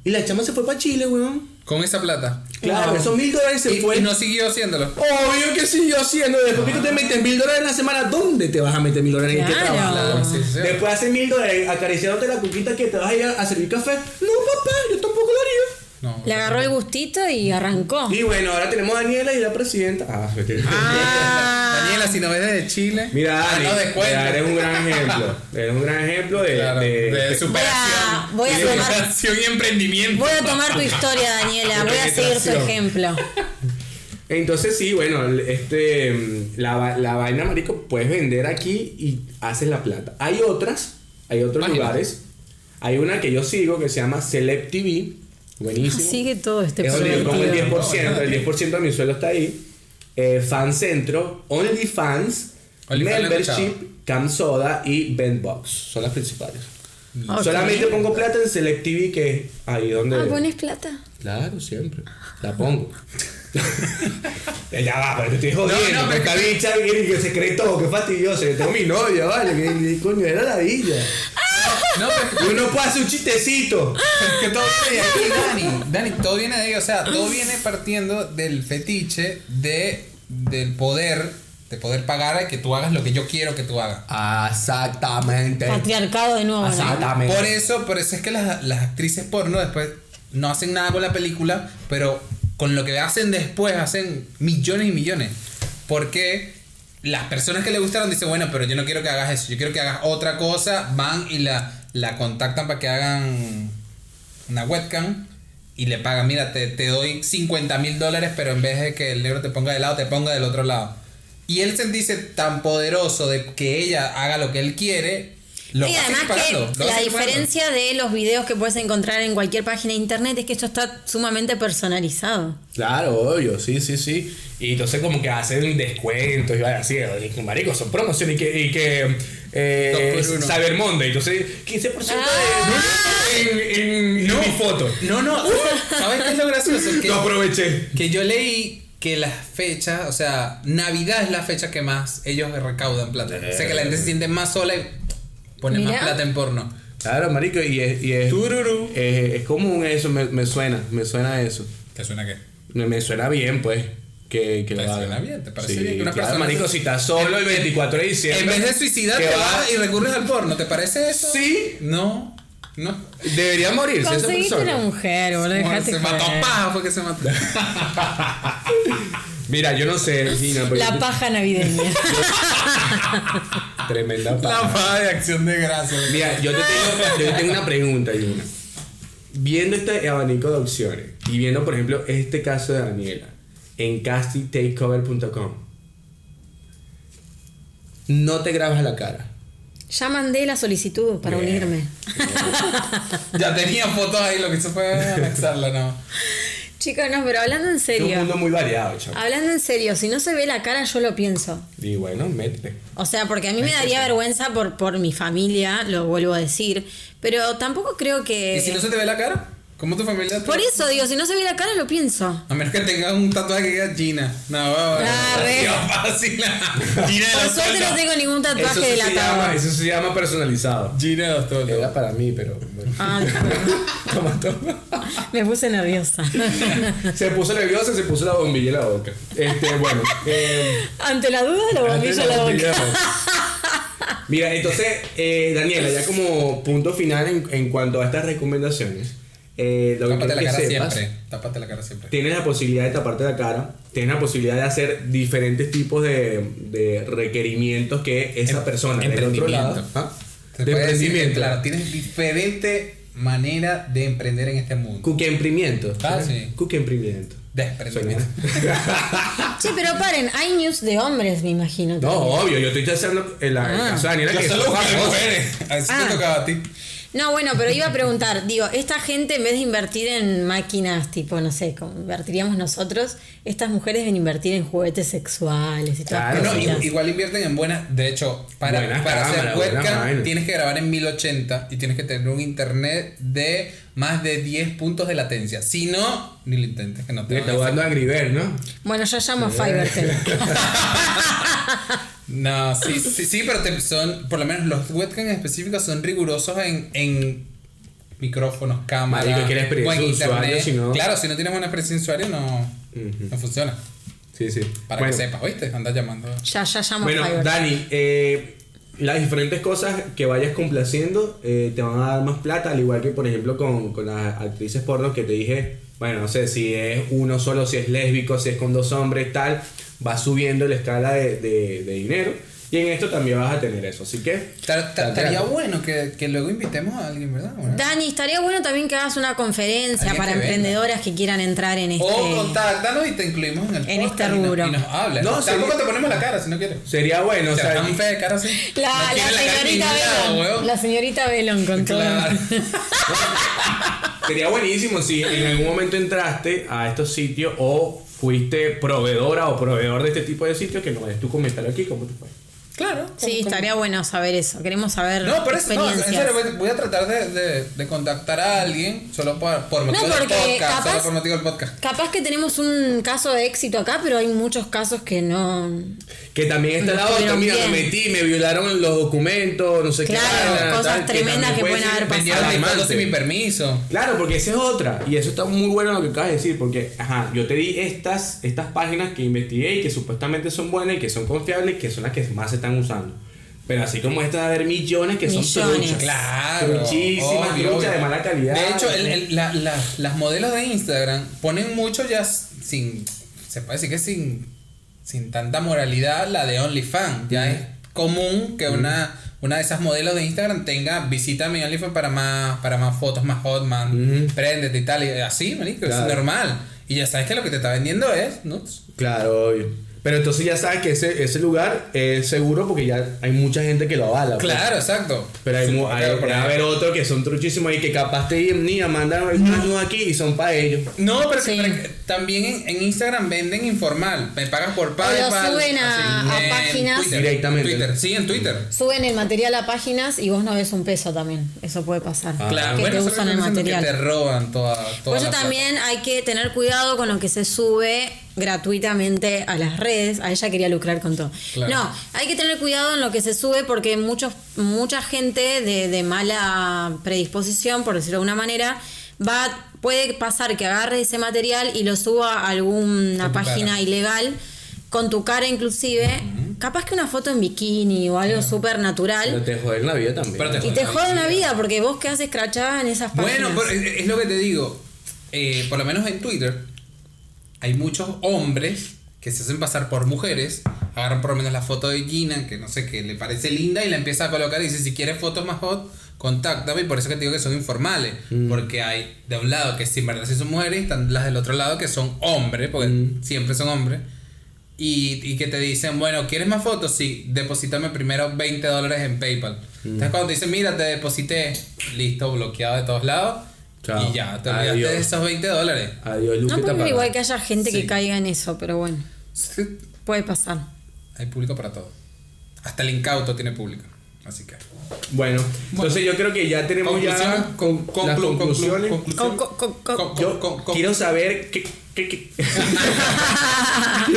[SPEAKER 1] Y la chama se fue para Chile, weón.
[SPEAKER 3] Con esa plata.
[SPEAKER 1] Claro,
[SPEAKER 2] Wow.
[SPEAKER 1] esos mil dólares se
[SPEAKER 3] Y,
[SPEAKER 1] fue.
[SPEAKER 3] y no siguió haciéndolo.
[SPEAKER 1] Obvio que siguió siendo. Después que tú te metes mil dólares en la semana, ¿dónde te vas a meter mil dólares en qué
[SPEAKER 2] Claro.
[SPEAKER 1] trabajo?
[SPEAKER 3] Claro, sí, sí.
[SPEAKER 1] Después hace mil dólares acariciándote la cuquita que te vas a ir a, a servir café. No, papá, yo tampoco lo
[SPEAKER 3] No.
[SPEAKER 2] Le agarró el gustito y arrancó.
[SPEAKER 1] haría. Y bueno, ahora tenemos a Daniela y la presidenta. Ah, mentira.
[SPEAKER 2] Ah.
[SPEAKER 3] Daniela, si no ves desde Chile.
[SPEAKER 1] Mira,
[SPEAKER 3] Ah,
[SPEAKER 1] Dani,
[SPEAKER 3] no, descuento.
[SPEAKER 1] mira, eres un gran ejemplo. Eres un gran ejemplo de.
[SPEAKER 3] Claro,
[SPEAKER 1] de-
[SPEAKER 3] de,
[SPEAKER 1] de-
[SPEAKER 3] superación.
[SPEAKER 2] Voy a- voy a
[SPEAKER 3] De
[SPEAKER 2] tomar-
[SPEAKER 3] superación y emprendimiento.
[SPEAKER 2] Voy a tomar tu historia, Daniela. Voy a seguir tu ejemplo.
[SPEAKER 1] Entonces, sí, bueno, este, mm, la, va- la vaina, marico, puedes vender aquí y haces la plata. Hay otras, hay otros
[SPEAKER 3] Páginas.
[SPEAKER 1] lugares. Hay una que yo sigo que se llama Celeb TV. Buenísimo.
[SPEAKER 2] Sigue todo este
[SPEAKER 1] es donde yo como el
[SPEAKER 2] proyecto.
[SPEAKER 1] 10%, el 10% de mi sueldo está ahí. Eh, fan Centro, OnlyFans,
[SPEAKER 3] OnlyFans le
[SPEAKER 1] Membership,
[SPEAKER 3] escuchaba.
[SPEAKER 1] Cam Soda y Bendbox. Son las principales.
[SPEAKER 2] Ah, Ok.
[SPEAKER 1] Solamente pongo plata en Select TV, que es ahí donde...
[SPEAKER 2] Ah, pones plata.
[SPEAKER 1] Claro, siempre. La pongo. ya va, pero te estoy jodiendo.
[SPEAKER 3] No, no,
[SPEAKER 1] No,
[SPEAKER 3] pero-
[SPEAKER 1] esta bicha que, que se cree todo, qué fastidioso. Yo tengo mi novia, vale. Que, que coño, era la villa.
[SPEAKER 3] No, pero-
[SPEAKER 1] Y uno puede hacer un chistecito.
[SPEAKER 3] Es que todo viene de aquí, Dani. Dani, todo viene de ahí. O sea, todo viene partiendo del fetiche de, del poder, de poder pagar a que tú hagas lo que yo quiero que tú hagas. Eh.
[SPEAKER 1] Exactamente.
[SPEAKER 2] Patriarcado de
[SPEAKER 3] Ah,
[SPEAKER 2] nuevo. ¿no?
[SPEAKER 1] Exactamente.
[SPEAKER 3] Por eso, por eso es que las, las actrices porno después no hacen nada con la película, pero con lo que hacen después hacen millones y millones. Porque las personas que le gustaron dicen, bueno, pero yo no quiero que hagas eso, yo quiero que hagas otra cosa, van y la, la contactan para que hagan una webcam. Y le pagan, mira, te, te doy 50 mil dólares, pero en vez de que el negro te ponga de lado, te ponga del otro lado. Y él se dice tan poderoso de que ella haga lo que él quiere. Lo
[SPEAKER 2] y
[SPEAKER 3] va a seguir
[SPEAKER 2] además
[SPEAKER 3] pagando,
[SPEAKER 2] que
[SPEAKER 3] lo va a
[SPEAKER 2] la
[SPEAKER 3] seguir pagando.
[SPEAKER 2] diferencia de los videos que puedes encontrar en cualquier página de internet es que esto está sumamente personalizado.
[SPEAKER 1] Claro, obvio, sí, sí, sí. Y entonces como que hacen descuentos y vaya así, y que, marico, son promociones y que, y que eh,
[SPEAKER 3] Dos por uno.
[SPEAKER 1] Cyber Monday, entonces 15%
[SPEAKER 2] Ah.
[SPEAKER 1] de en, en, en mi foto.
[SPEAKER 3] No, no, ¿sabes qué es lo gracioso? Que,
[SPEAKER 1] Lo aproveché.
[SPEAKER 3] que yo leí que las fechas, o sea, Navidad es la fecha que más ellos recaudan plata. O sea, que la gente se siente más sola y pone más
[SPEAKER 2] Mira.
[SPEAKER 3] plata en porno.
[SPEAKER 1] Claro, marico, y es, y es,
[SPEAKER 3] Tururú.
[SPEAKER 1] es, es común eso, me, me suena, me suena eso.
[SPEAKER 3] ¿Te suena qué?
[SPEAKER 1] Me, me suena bien, pues. Que, que
[SPEAKER 3] Te
[SPEAKER 1] lo hagan.
[SPEAKER 3] suena bien, te parece
[SPEAKER 1] Sí,
[SPEAKER 3] bien que una
[SPEAKER 1] claro,
[SPEAKER 3] persona-
[SPEAKER 1] marico, si estás solo el 24 de diciembre...
[SPEAKER 3] En vez de suicidarte,
[SPEAKER 1] que
[SPEAKER 3] vas y recurres al porno. ¿Te parece eso?
[SPEAKER 1] Sí.
[SPEAKER 3] No, no.
[SPEAKER 1] Debería morirse esa
[SPEAKER 2] Conseguiste
[SPEAKER 1] persona.
[SPEAKER 2] una mujer, boludo.
[SPEAKER 3] Bueno,
[SPEAKER 2] Dejate
[SPEAKER 3] se mató
[SPEAKER 2] joder.
[SPEAKER 3] paja, fue que se mató.
[SPEAKER 1] Mira, yo no sé, Gina, pues, pero
[SPEAKER 2] La paja navideña.
[SPEAKER 1] Tremenda paja.
[SPEAKER 3] La paja de acción de gracia.
[SPEAKER 1] Mira, yo te tengo, yo te tengo una pregunta, Yuna. Viendo este abanico de opciones y viendo, por ejemplo, este caso de Daniela en castingtakeover.com, no te grabas la cara.
[SPEAKER 2] ya mandé la solicitud para
[SPEAKER 1] Bien.
[SPEAKER 2] unirme.
[SPEAKER 3] Ya tenía fotos ahí, lo que hizo fue anexarla, ¿no?
[SPEAKER 2] Chicos, no, pero hablando en
[SPEAKER 1] Es un
[SPEAKER 2] serio.
[SPEAKER 1] mundo muy variado, chaval.
[SPEAKER 2] Hablando en serio, si no se ve la cara, yo lo pienso.
[SPEAKER 1] Y bueno, métete.
[SPEAKER 2] O sea, porque a mí me daría vergüenza por, por mi familia, lo vuelvo a decir. Pero tampoco creo
[SPEAKER 3] ¿Y si no
[SPEAKER 2] que.
[SPEAKER 3] se te ve la cara? ¿Cómo tu familia? te-
[SPEAKER 2] Por eso digo, si no se ve la cara, lo pienso.
[SPEAKER 3] A menos que tengas un tatuaje que diga Gina. No, va, va,
[SPEAKER 2] Ah,
[SPEAKER 3] va.
[SPEAKER 2] re.
[SPEAKER 3] Tío, fácil. Gina de
[SPEAKER 2] Por
[SPEAKER 3] los
[SPEAKER 2] suerte no
[SPEAKER 3] toldos.
[SPEAKER 2] tengo ningún tatuaje
[SPEAKER 1] Eso sí
[SPEAKER 2] de la
[SPEAKER 1] se llama,
[SPEAKER 2] cara.
[SPEAKER 1] eso se llama personalizado.
[SPEAKER 3] Gina de los toldos.
[SPEAKER 1] Era para mí, pero bueno.
[SPEAKER 2] Ah,
[SPEAKER 1] Toma, toma.
[SPEAKER 2] me puse nerviosa.
[SPEAKER 1] Se puso nerviosa, se puso la bombilla en la boca. Este, bueno. eh,
[SPEAKER 2] Ante la duda, la bombilla en la boca.
[SPEAKER 1] Mira, entonces, eh, Daniela, ya como punto final en, en cuanto a estas recomendaciones, eh, lo que
[SPEAKER 3] Tápate
[SPEAKER 1] quiero
[SPEAKER 3] la
[SPEAKER 1] que
[SPEAKER 3] cara
[SPEAKER 1] sepas,
[SPEAKER 3] siempre. Tápate la cara siempre.
[SPEAKER 1] tienes la posibilidad de taparte la cara, tienes la posibilidad de hacer diferentes tipos de, de requerimientos que esa
[SPEAKER 3] Em-
[SPEAKER 1] persona del otro lado,
[SPEAKER 3] emprendimiento.
[SPEAKER 1] ¿ah?
[SPEAKER 3] Se
[SPEAKER 1] de
[SPEAKER 3] puede decir que,
[SPEAKER 1] emprendimiento,
[SPEAKER 3] claro, tienes diferente manera de emprender en este mundo.
[SPEAKER 1] Cuque emprendimiento.
[SPEAKER 3] Ah, sí.
[SPEAKER 1] Cuque emprendimiento.
[SPEAKER 3] Desprendimiento.
[SPEAKER 2] Che, pero paren, hay news de hombres, me imagino.
[SPEAKER 1] No,
[SPEAKER 2] también.
[SPEAKER 1] obvio, yo estoy haciendo en la en
[SPEAKER 2] Ah.
[SPEAKER 1] casa de Daniela
[SPEAKER 3] Yo
[SPEAKER 1] que
[SPEAKER 3] solo
[SPEAKER 1] es otra
[SPEAKER 3] busqué
[SPEAKER 1] cosa.
[SPEAKER 3] mujeres. Así
[SPEAKER 2] Ah.
[SPEAKER 3] te tocaba a ti.
[SPEAKER 2] No, bueno, pero iba a preguntar, digo, esta gente en vez de invertir en máquinas, tipo, no sé, como invertiríamos nosotros, estas mujeres deben invertir en juguetes sexuales y todas
[SPEAKER 1] Claro,
[SPEAKER 3] No,
[SPEAKER 2] cositas.
[SPEAKER 3] igu- igual invierten en buenas. De hecho, para,
[SPEAKER 1] Buenas
[SPEAKER 3] para
[SPEAKER 1] cámaras,
[SPEAKER 3] hacer
[SPEAKER 1] buenas
[SPEAKER 3] webcam
[SPEAKER 1] vainas.
[SPEAKER 3] tienes que grabar en 1080 y tienes que tener un internet de más de 10 puntos de latencia. Si no, ni lo intentes, que no te
[SPEAKER 1] Le
[SPEAKER 3] van a
[SPEAKER 1] está jugando a Griver, ¿no?
[SPEAKER 2] Bueno, yo llamo a FiberTel.
[SPEAKER 3] No, sí, sí, sí, pero te- son, por lo menos los webcams específicos son rigurosos en, en micrófonos, cámaras,
[SPEAKER 1] Marico, que la experiencia
[SPEAKER 3] buen
[SPEAKER 1] de usuario,
[SPEAKER 3] internet.
[SPEAKER 1] si no-
[SPEAKER 3] Claro, si no tienes buena experiencia de usuario no, no funciona.
[SPEAKER 1] Sí, sí.
[SPEAKER 3] Para
[SPEAKER 1] Bueno,
[SPEAKER 3] que sepas, ¿oíste? Anda llamando.
[SPEAKER 2] ya, ya llamo a
[SPEAKER 1] Bueno,
[SPEAKER 2] FiberTel.
[SPEAKER 1] Dani, eh, las diferentes cosas que vayas complaciendo eh, te van a dar más plata, al igual que por ejemplo con, con las actrices porno que te dije, bueno, no sé si es uno solo, si es lésbico, si es con dos hombres, tal, va subiendo la escala de, de- de dinero y en esto también vas a tener eso, así que...
[SPEAKER 3] Ta- ta-
[SPEAKER 1] Dale,
[SPEAKER 3] Estaría
[SPEAKER 1] dale.
[SPEAKER 3] bueno que, que luego invitemos a alguien, ¿verdad? Bueno.
[SPEAKER 2] Dani, estaría bueno también que hagas una conferencia
[SPEAKER 3] Alguien
[SPEAKER 2] para
[SPEAKER 3] que venga.
[SPEAKER 2] emprendedoras que quieran entrar en este.
[SPEAKER 3] O contáctanos y te incluimos en el
[SPEAKER 2] En
[SPEAKER 3] podcast
[SPEAKER 2] este
[SPEAKER 3] y nos-
[SPEAKER 2] rubro.
[SPEAKER 3] Y nos, hablas.
[SPEAKER 1] No,
[SPEAKER 3] No, tampoco
[SPEAKER 1] sería-
[SPEAKER 3] te ponemos la cara si no quieres.
[SPEAKER 1] Sería bueno,
[SPEAKER 3] O
[SPEAKER 1] o
[SPEAKER 3] sea,
[SPEAKER 1] sea,
[SPEAKER 3] tan fea de cara así.
[SPEAKER 2] La,
[SPEAKER 3] No
[SPEAKER 2] la
[SPEAKER 3] quiere cara en
[SPEAKER 2] señorita
[SPEAKER 3] ningún lado,
[SPEAKER 2] Belon.
[SPEAKER 3] weón.
[SPEAKER 2] La señorita Belon con todo.
[SPEAKER 3] Claro.
[SPEAKER 1] Sería buenísimo si en algún momento entraste a estos sitios o fuiste proveedora o proveedor de este tipo de sitios, que nos des tu comentario aquí, cómo te fue.
[SPEAKER 3] Claro.
[SPEAKER 2] Sí,
[SPEAKER 3] como- como-
[SPEAKER 2] estaría bueno saber eso. Queremos saber
[SPEAKER 3] No, pero es, no, en
[SPEAKER 2] experiencias.
[SPEAKER 3] serio, voy- voy a tratar de, de- de contactar a alguien solo por, por motivo del
[SPEAKER 2] porque
[SPEAKER 3] podcast.
[SPEAKER 2] capaz-
[SPEAKER 3] Solo por motivo del podcast.
[SPEAKER 2] Capaz que tenemos un caso de éxito acá, pero hay muchos casos que no.
[SPEAKER 1] Que también está
[SPEAKER 2] Nos
[SPEAKER 1] la otra,
[SPEAKER 2] tuvieron
[SPEAKER 1] mira, me
[SPEAKER 2] bien.
[SPEAKER 1] metí, me violaron los documentos, no sé qué.
[SPEAKER 2] Claro,
[SPEAKER 1] vaina,
[SPEAKER 2] cosas tremendas
[SPEAKER 1] también
[SPEAKER 2] que
[SPEAKER 1] puede
[SPEAKER 2] pueden
[SPEAKER 1] ser
[SPEAKER 2] haber pasado.
[SPEAKER 3] Vendieron mis fotos
[SPEAKER 1] alarmante.
[SPEAKER 3] sin mi permiso.
[SPEAKER 1] Claro, porque esa es otra. Y eso está muy bueno lo que acabas de decir, porque ajá, yo te di estas, estas páginas que investigué y que supuestamente son buenas y que son confiables, que son las que más se están usando. Pero así como estas, va a haber millones que son
[SPEAKER 2] Millones.
[SPEAKER 1] truchas.
[SPEAKER 3] Claro.
[SPEAKER 1] Truchísimas
[SPEAKER 3] obvio,
[SPEAKER 1] truchas
[SPEAKER 3] obvio.
[SPEAKER 1] de mala calidad.
[SPEAKER 3] De hecho, el- el- la- la- las modelos de Instagram ponen mucho ya s- sin. Se puede decir que sin. Sin tanta moralidad la de OnlyFans. Ya es común que una, una de esas modelos de Instagram tenga visita a mi OnlyFans para más, para más fotos, más hotman,
[SPEAKER 1] Ujú.
[SPEAKER 3] préndete y tal. Y así, marico,
[SPEAKER 1] Claro.
[SPEAKER 3] es normal. Y ya sabes que lo que te está vendiendo es nuts.
[SPEAKER 1] Claro, obvio. Pero entonces ya sabes que ese, ese lugar es seguro porque ya hay mucha gente que lo avala. pues.
[SPEAKER 3] Claro, exacto.
[SPEAKER 1] Pero hay, mu- hay-
[SPEAKER 3] Claro,
[SPEAKER 1] debe haber otros que son truchísimos y que capaz te ni a mandar unos nudes aquí y son para ellos.
[SPEAKER 3] No, pero,
[SPEAKER 2] Sí.
[SPEAKER 3] pero que también en, en Instagram venden informal. Me pagan por PayPal.
[SPEAKER 2] suben a-
[SPEAKER 3] así,
[SPEAKER 2] a
[SPEAKER 3] en
[SPEAKER 2] páginas.
[SPEAKER 3] Twitter,
[SPEAKER 1] Directamente.
[SPEAKER 3] Twitter, Sí, en Twitter.
[SPEAKER 2] Suben el material a páginas y vos no ves un peso también. Eso puede pasar.
[SPEAKER 1] Ah.
[SPEAKER 3] Claro,
[SPEAKER 2] que
[SPEAKER 3] bueno,
[SPEAKER 2] te
[SPEAKER 3] eso
[SPEAKER 2] usan
[SPEAKER 3] es
[SPEAKER 2] el
[SPEAKER 3] lo que estoy diciendo,
[SPEAKER 2] material.
[SPEAKER 3] Que te roban toda, toda
[SPEAKER 2] Por eso
[SPEAKER 3] la plata.
[SPEAKER 2] también hay que tener cuidado con lo que se sube gratuitamente a las redes. A ella quería lucrar con todo.
[SPEAKER 3] Claro.
[SPEAKER 2] No, hay que tener cuidado en lo que se sube porque muchos, mucha gente de, de mala predisposición, por decirlo de alguna manera, va puede pasar que agarre ese material y lo suba a alguna
[SPEAKER 3] Con tu
[SPEAKER 2] página
[SPEAKER 3] cara.
[SPEAKER 2] ilegal con tu cara inclusive. Capaz que una foto en bikini o algo súper
[SPEAKER 1] Pero
[SPEAKER 2] natural.
[SPEAKER 1] te joden la vida también.
[SPEAKER 3] Pero te
[SPEAKER 2] Y te joden la vida porque vos quedás escrachada en esas páginas.
[SPEAKER 3] Bueno, pero es, es lo que te digo. Eh, por lo menos en Twitter hay muchos hombres que se hacen pasar por mujeres, agarran por lo menos la foto de Gina, que no sé qué, le parece linda y la empieza a colocar y dice, si quieres fotos más hot, contáctame. Y por eso que te digo que son informales. Porque hay de un lado que sin verdad sí son mujeres y están las del otro lado que son hombres, porque siempre son hombres. Y, y que te dicen, bueno, ¿quieres más fotos? Sí, deposítame primero 20 dólares en PayPal. Entonces cuando te dicen, mira, te deposité, listo, bloqueado de todos lados.
[SPEAKER 1] Chao.
[SPEAKER 3] Y ya, te olvidaste
[SPEAKER 1] Adiós.
[SPEAKER 3] de esos 20 dólares.
[SPEAKER 1] Adiós,
[SPEAKER 2] No
[SPEAKER 1] Luquita.
[SPEAKER 2] puedo
[SPEAKER 1] para-
[SPEAKER 2] igual que haya gente
[SPEAKER 3] Sí.
[SPEAKER 2] que caiga en eso, pero bueno,
[SPEAKER 3] Sí,
[SPEAKER 2] puede pasar.
[SPEAKER 3] Hay público para todo. Hasta el incauto tiene público. Así que.
[SPEAKER 1] Bueno, entonces yo creo que ya tenemos ya con,
[SPEAKER 3] Conclusión,
[SPEAKER 1] las
[SPEAKER 3] conclu-
[SPEAKER 1] conclusiones.
[SPEAKER 3] conclusión.
[SPEAKER 2] Con- con- con-
[SPEAKER 3] Con-
[SPEAKER 1] yo
[SPEAKER 3] con- con-
[SPEAKER 1] quiero saber qué... qué- qué-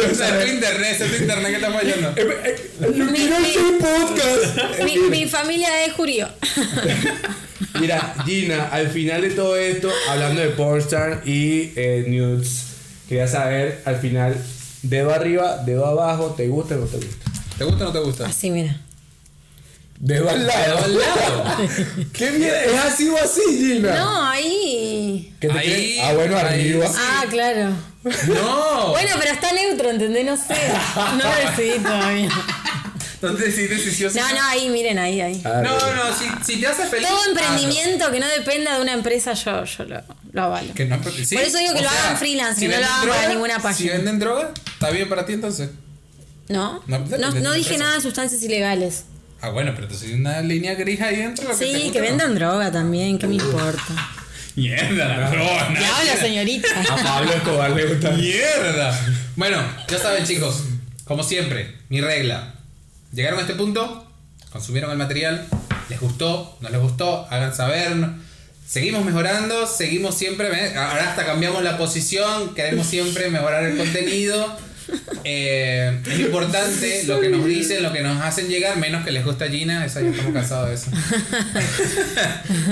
[SPEAKER 3] Es tu internet, es tu internet que está
[SPEAKER 1] Eh,
[SPEAKER 3] fallando.
[SPEAKER 2] Mi, mi- mi- mi familia es jurío.
[SPEAKER 1] Mira, Gina, al final de todo esto, hablando de pornstar y eh, nudes, quería saber al final, dedo arriba, dedo abajo, ¿te gusta o no te gusta?
[SPEAKER 3] ¿Te gusta o no te gusta?
[SPEAKER 2] Así, mira.
[SPEAKER 1] Dedo al lado.
[SPEAKER 3] Dedo al lado.
[SPEAKER 1] ¿Qué bien? ¿Es así o así, Gina?
[SPEAKER 2] No, ahí.
[SPEAKER 1] ¿Qué te
[SPEAKER 3] Ahí,
[SPEAKER 1] crees? ah, bueno,
[SPEAKER 3] ahí.
[SPEAKER 1] arriba.
[SPEAKER 2] Ah, claro.
[SPEAKER 3] ¡No!
[SPEAKER 2] Bueno, pero está neutro, ¿entendés? No sé. No lo decidí todavía.
[SPEAKER 3] ¿Dónde decidiste si sí o si
[SPEAKER 2] No, no, ahí, miren, ahí, ahí.
[SPEAKER 1] Ah,
[SPEAKER 3] No, no, si, si te hace feliz.
[SPEAKER 2] Todo
[SPEAKER 3] hazlo.
[SPEAKER 2] emprendimiento que no dependa de una empresa, yo, yo lo, lo avalo.
[SPEAKER 3] Que no, porque sí.
[SPEAKER 2] Por eso digo que
[SPEAKER 3] O
[SPEAKER 2] lo
[SPEAKER 3] sea,
[SPEAKER 2] hagan freelance, que no lo
[SPEAKER 3] venden
[SPEAKER 2] hagan para ninguna
[SPEAKER 3] Si
[SPEAKER 2] página.
[SPEAKER 3] venden droga, está bien para ti entonces.
[SPEAKER 2] ¿No?
[SPEAKER 3] No,
[SPEAKER 2] No,
[SPEAKER 3] depende
[SPEAKER 2] no,
[SPEAKER 3] de la
[SPEAKER 2] dije
[SPEAKER 3] empresa.
[SPEAKER 2] nada de sustancias ilegales.
[SPEAKER 3] Ah, bueno, pero entonces hay una línea gris ahí dentro. Lo que te
[SPEAKER 2] Sí,
[SPEAKER 3] gusta,
[SPEAKER 2] que
[SPEAKER 3] ¿no?
[SPEAKER 2] vendan droga también, ¿qué me importa?
[SPEAKER 3] Mierda, la droga.
[SPEAKER 2] Le hablo, señorita.
[SPEAKER 1] A Pablo Escobar le gusta.
[SPEAKER 3] Mierda. Bueno, ya saben, chicos. Como siempre, mi regla. Llegaron a este punto, consumieron el material, les gustó, no les gustó, hagan saber. Seguimos mejorando, seguimos siempre. ¿ven? Ahora hasta cambiamos la posición, queremos siempre mejorar el contenido. Eh, es importante lo que nos dicen, lo que nos hacen llegar, menos que les gusta Gina, esa ya estamos cansados de eso.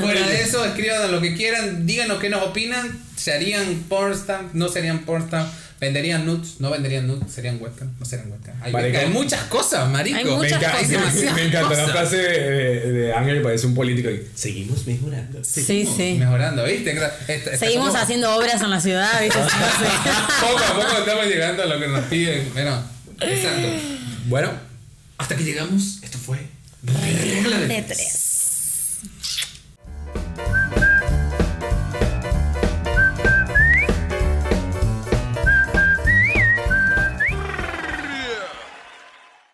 [SPEAKER 3] Fuera de eso, escriban lo que quieran, díganos qué nos opinan. ¿Se harían pornstamp? ¿No serían pornstamp? ¿Venderían nudes? ¿No venderían nudes? ¿Serían webcam? ¿No serían webcam? Hay,
[SPEAKER 1] Marico.
[SPEAKER 3] hay muchas cosas, marico.
[SPEAKER 2] Hay
[SPEAKER 1] Me,
[SPEAKER 2] muchas
[SPEAKER 1] encanta-
[SPEAKER 2] cosas.
[SPEAKER 1] me- me,
[SPEAKER 3] Demasiadas
[SPEAKER 1] encanta la
[SPEAKER 3] cosas.
[SPEAKER 1] frase de, de Ángel, me parece un político. ahí. Seguimos mejorando.
[SPEAKER 2] Sí, sí.
[SPEAKER 3] Mejorando, ¿viste? Esta- esta-
[SPEAKER 2] Seguimos
[SPEAKER 3] poco-
[SPEAKER 2] haciendo obras en la ciudad, ¿viste?
[SPEAKER 3] Poco a poco estamos llegando a lo que nos piden. Bueno, exacto.
[SPEAKER 1] Bueno,
[SPEAKER 3] Hasta que llegamos, esto fue. Regla
[SPEAKER 2] De tres.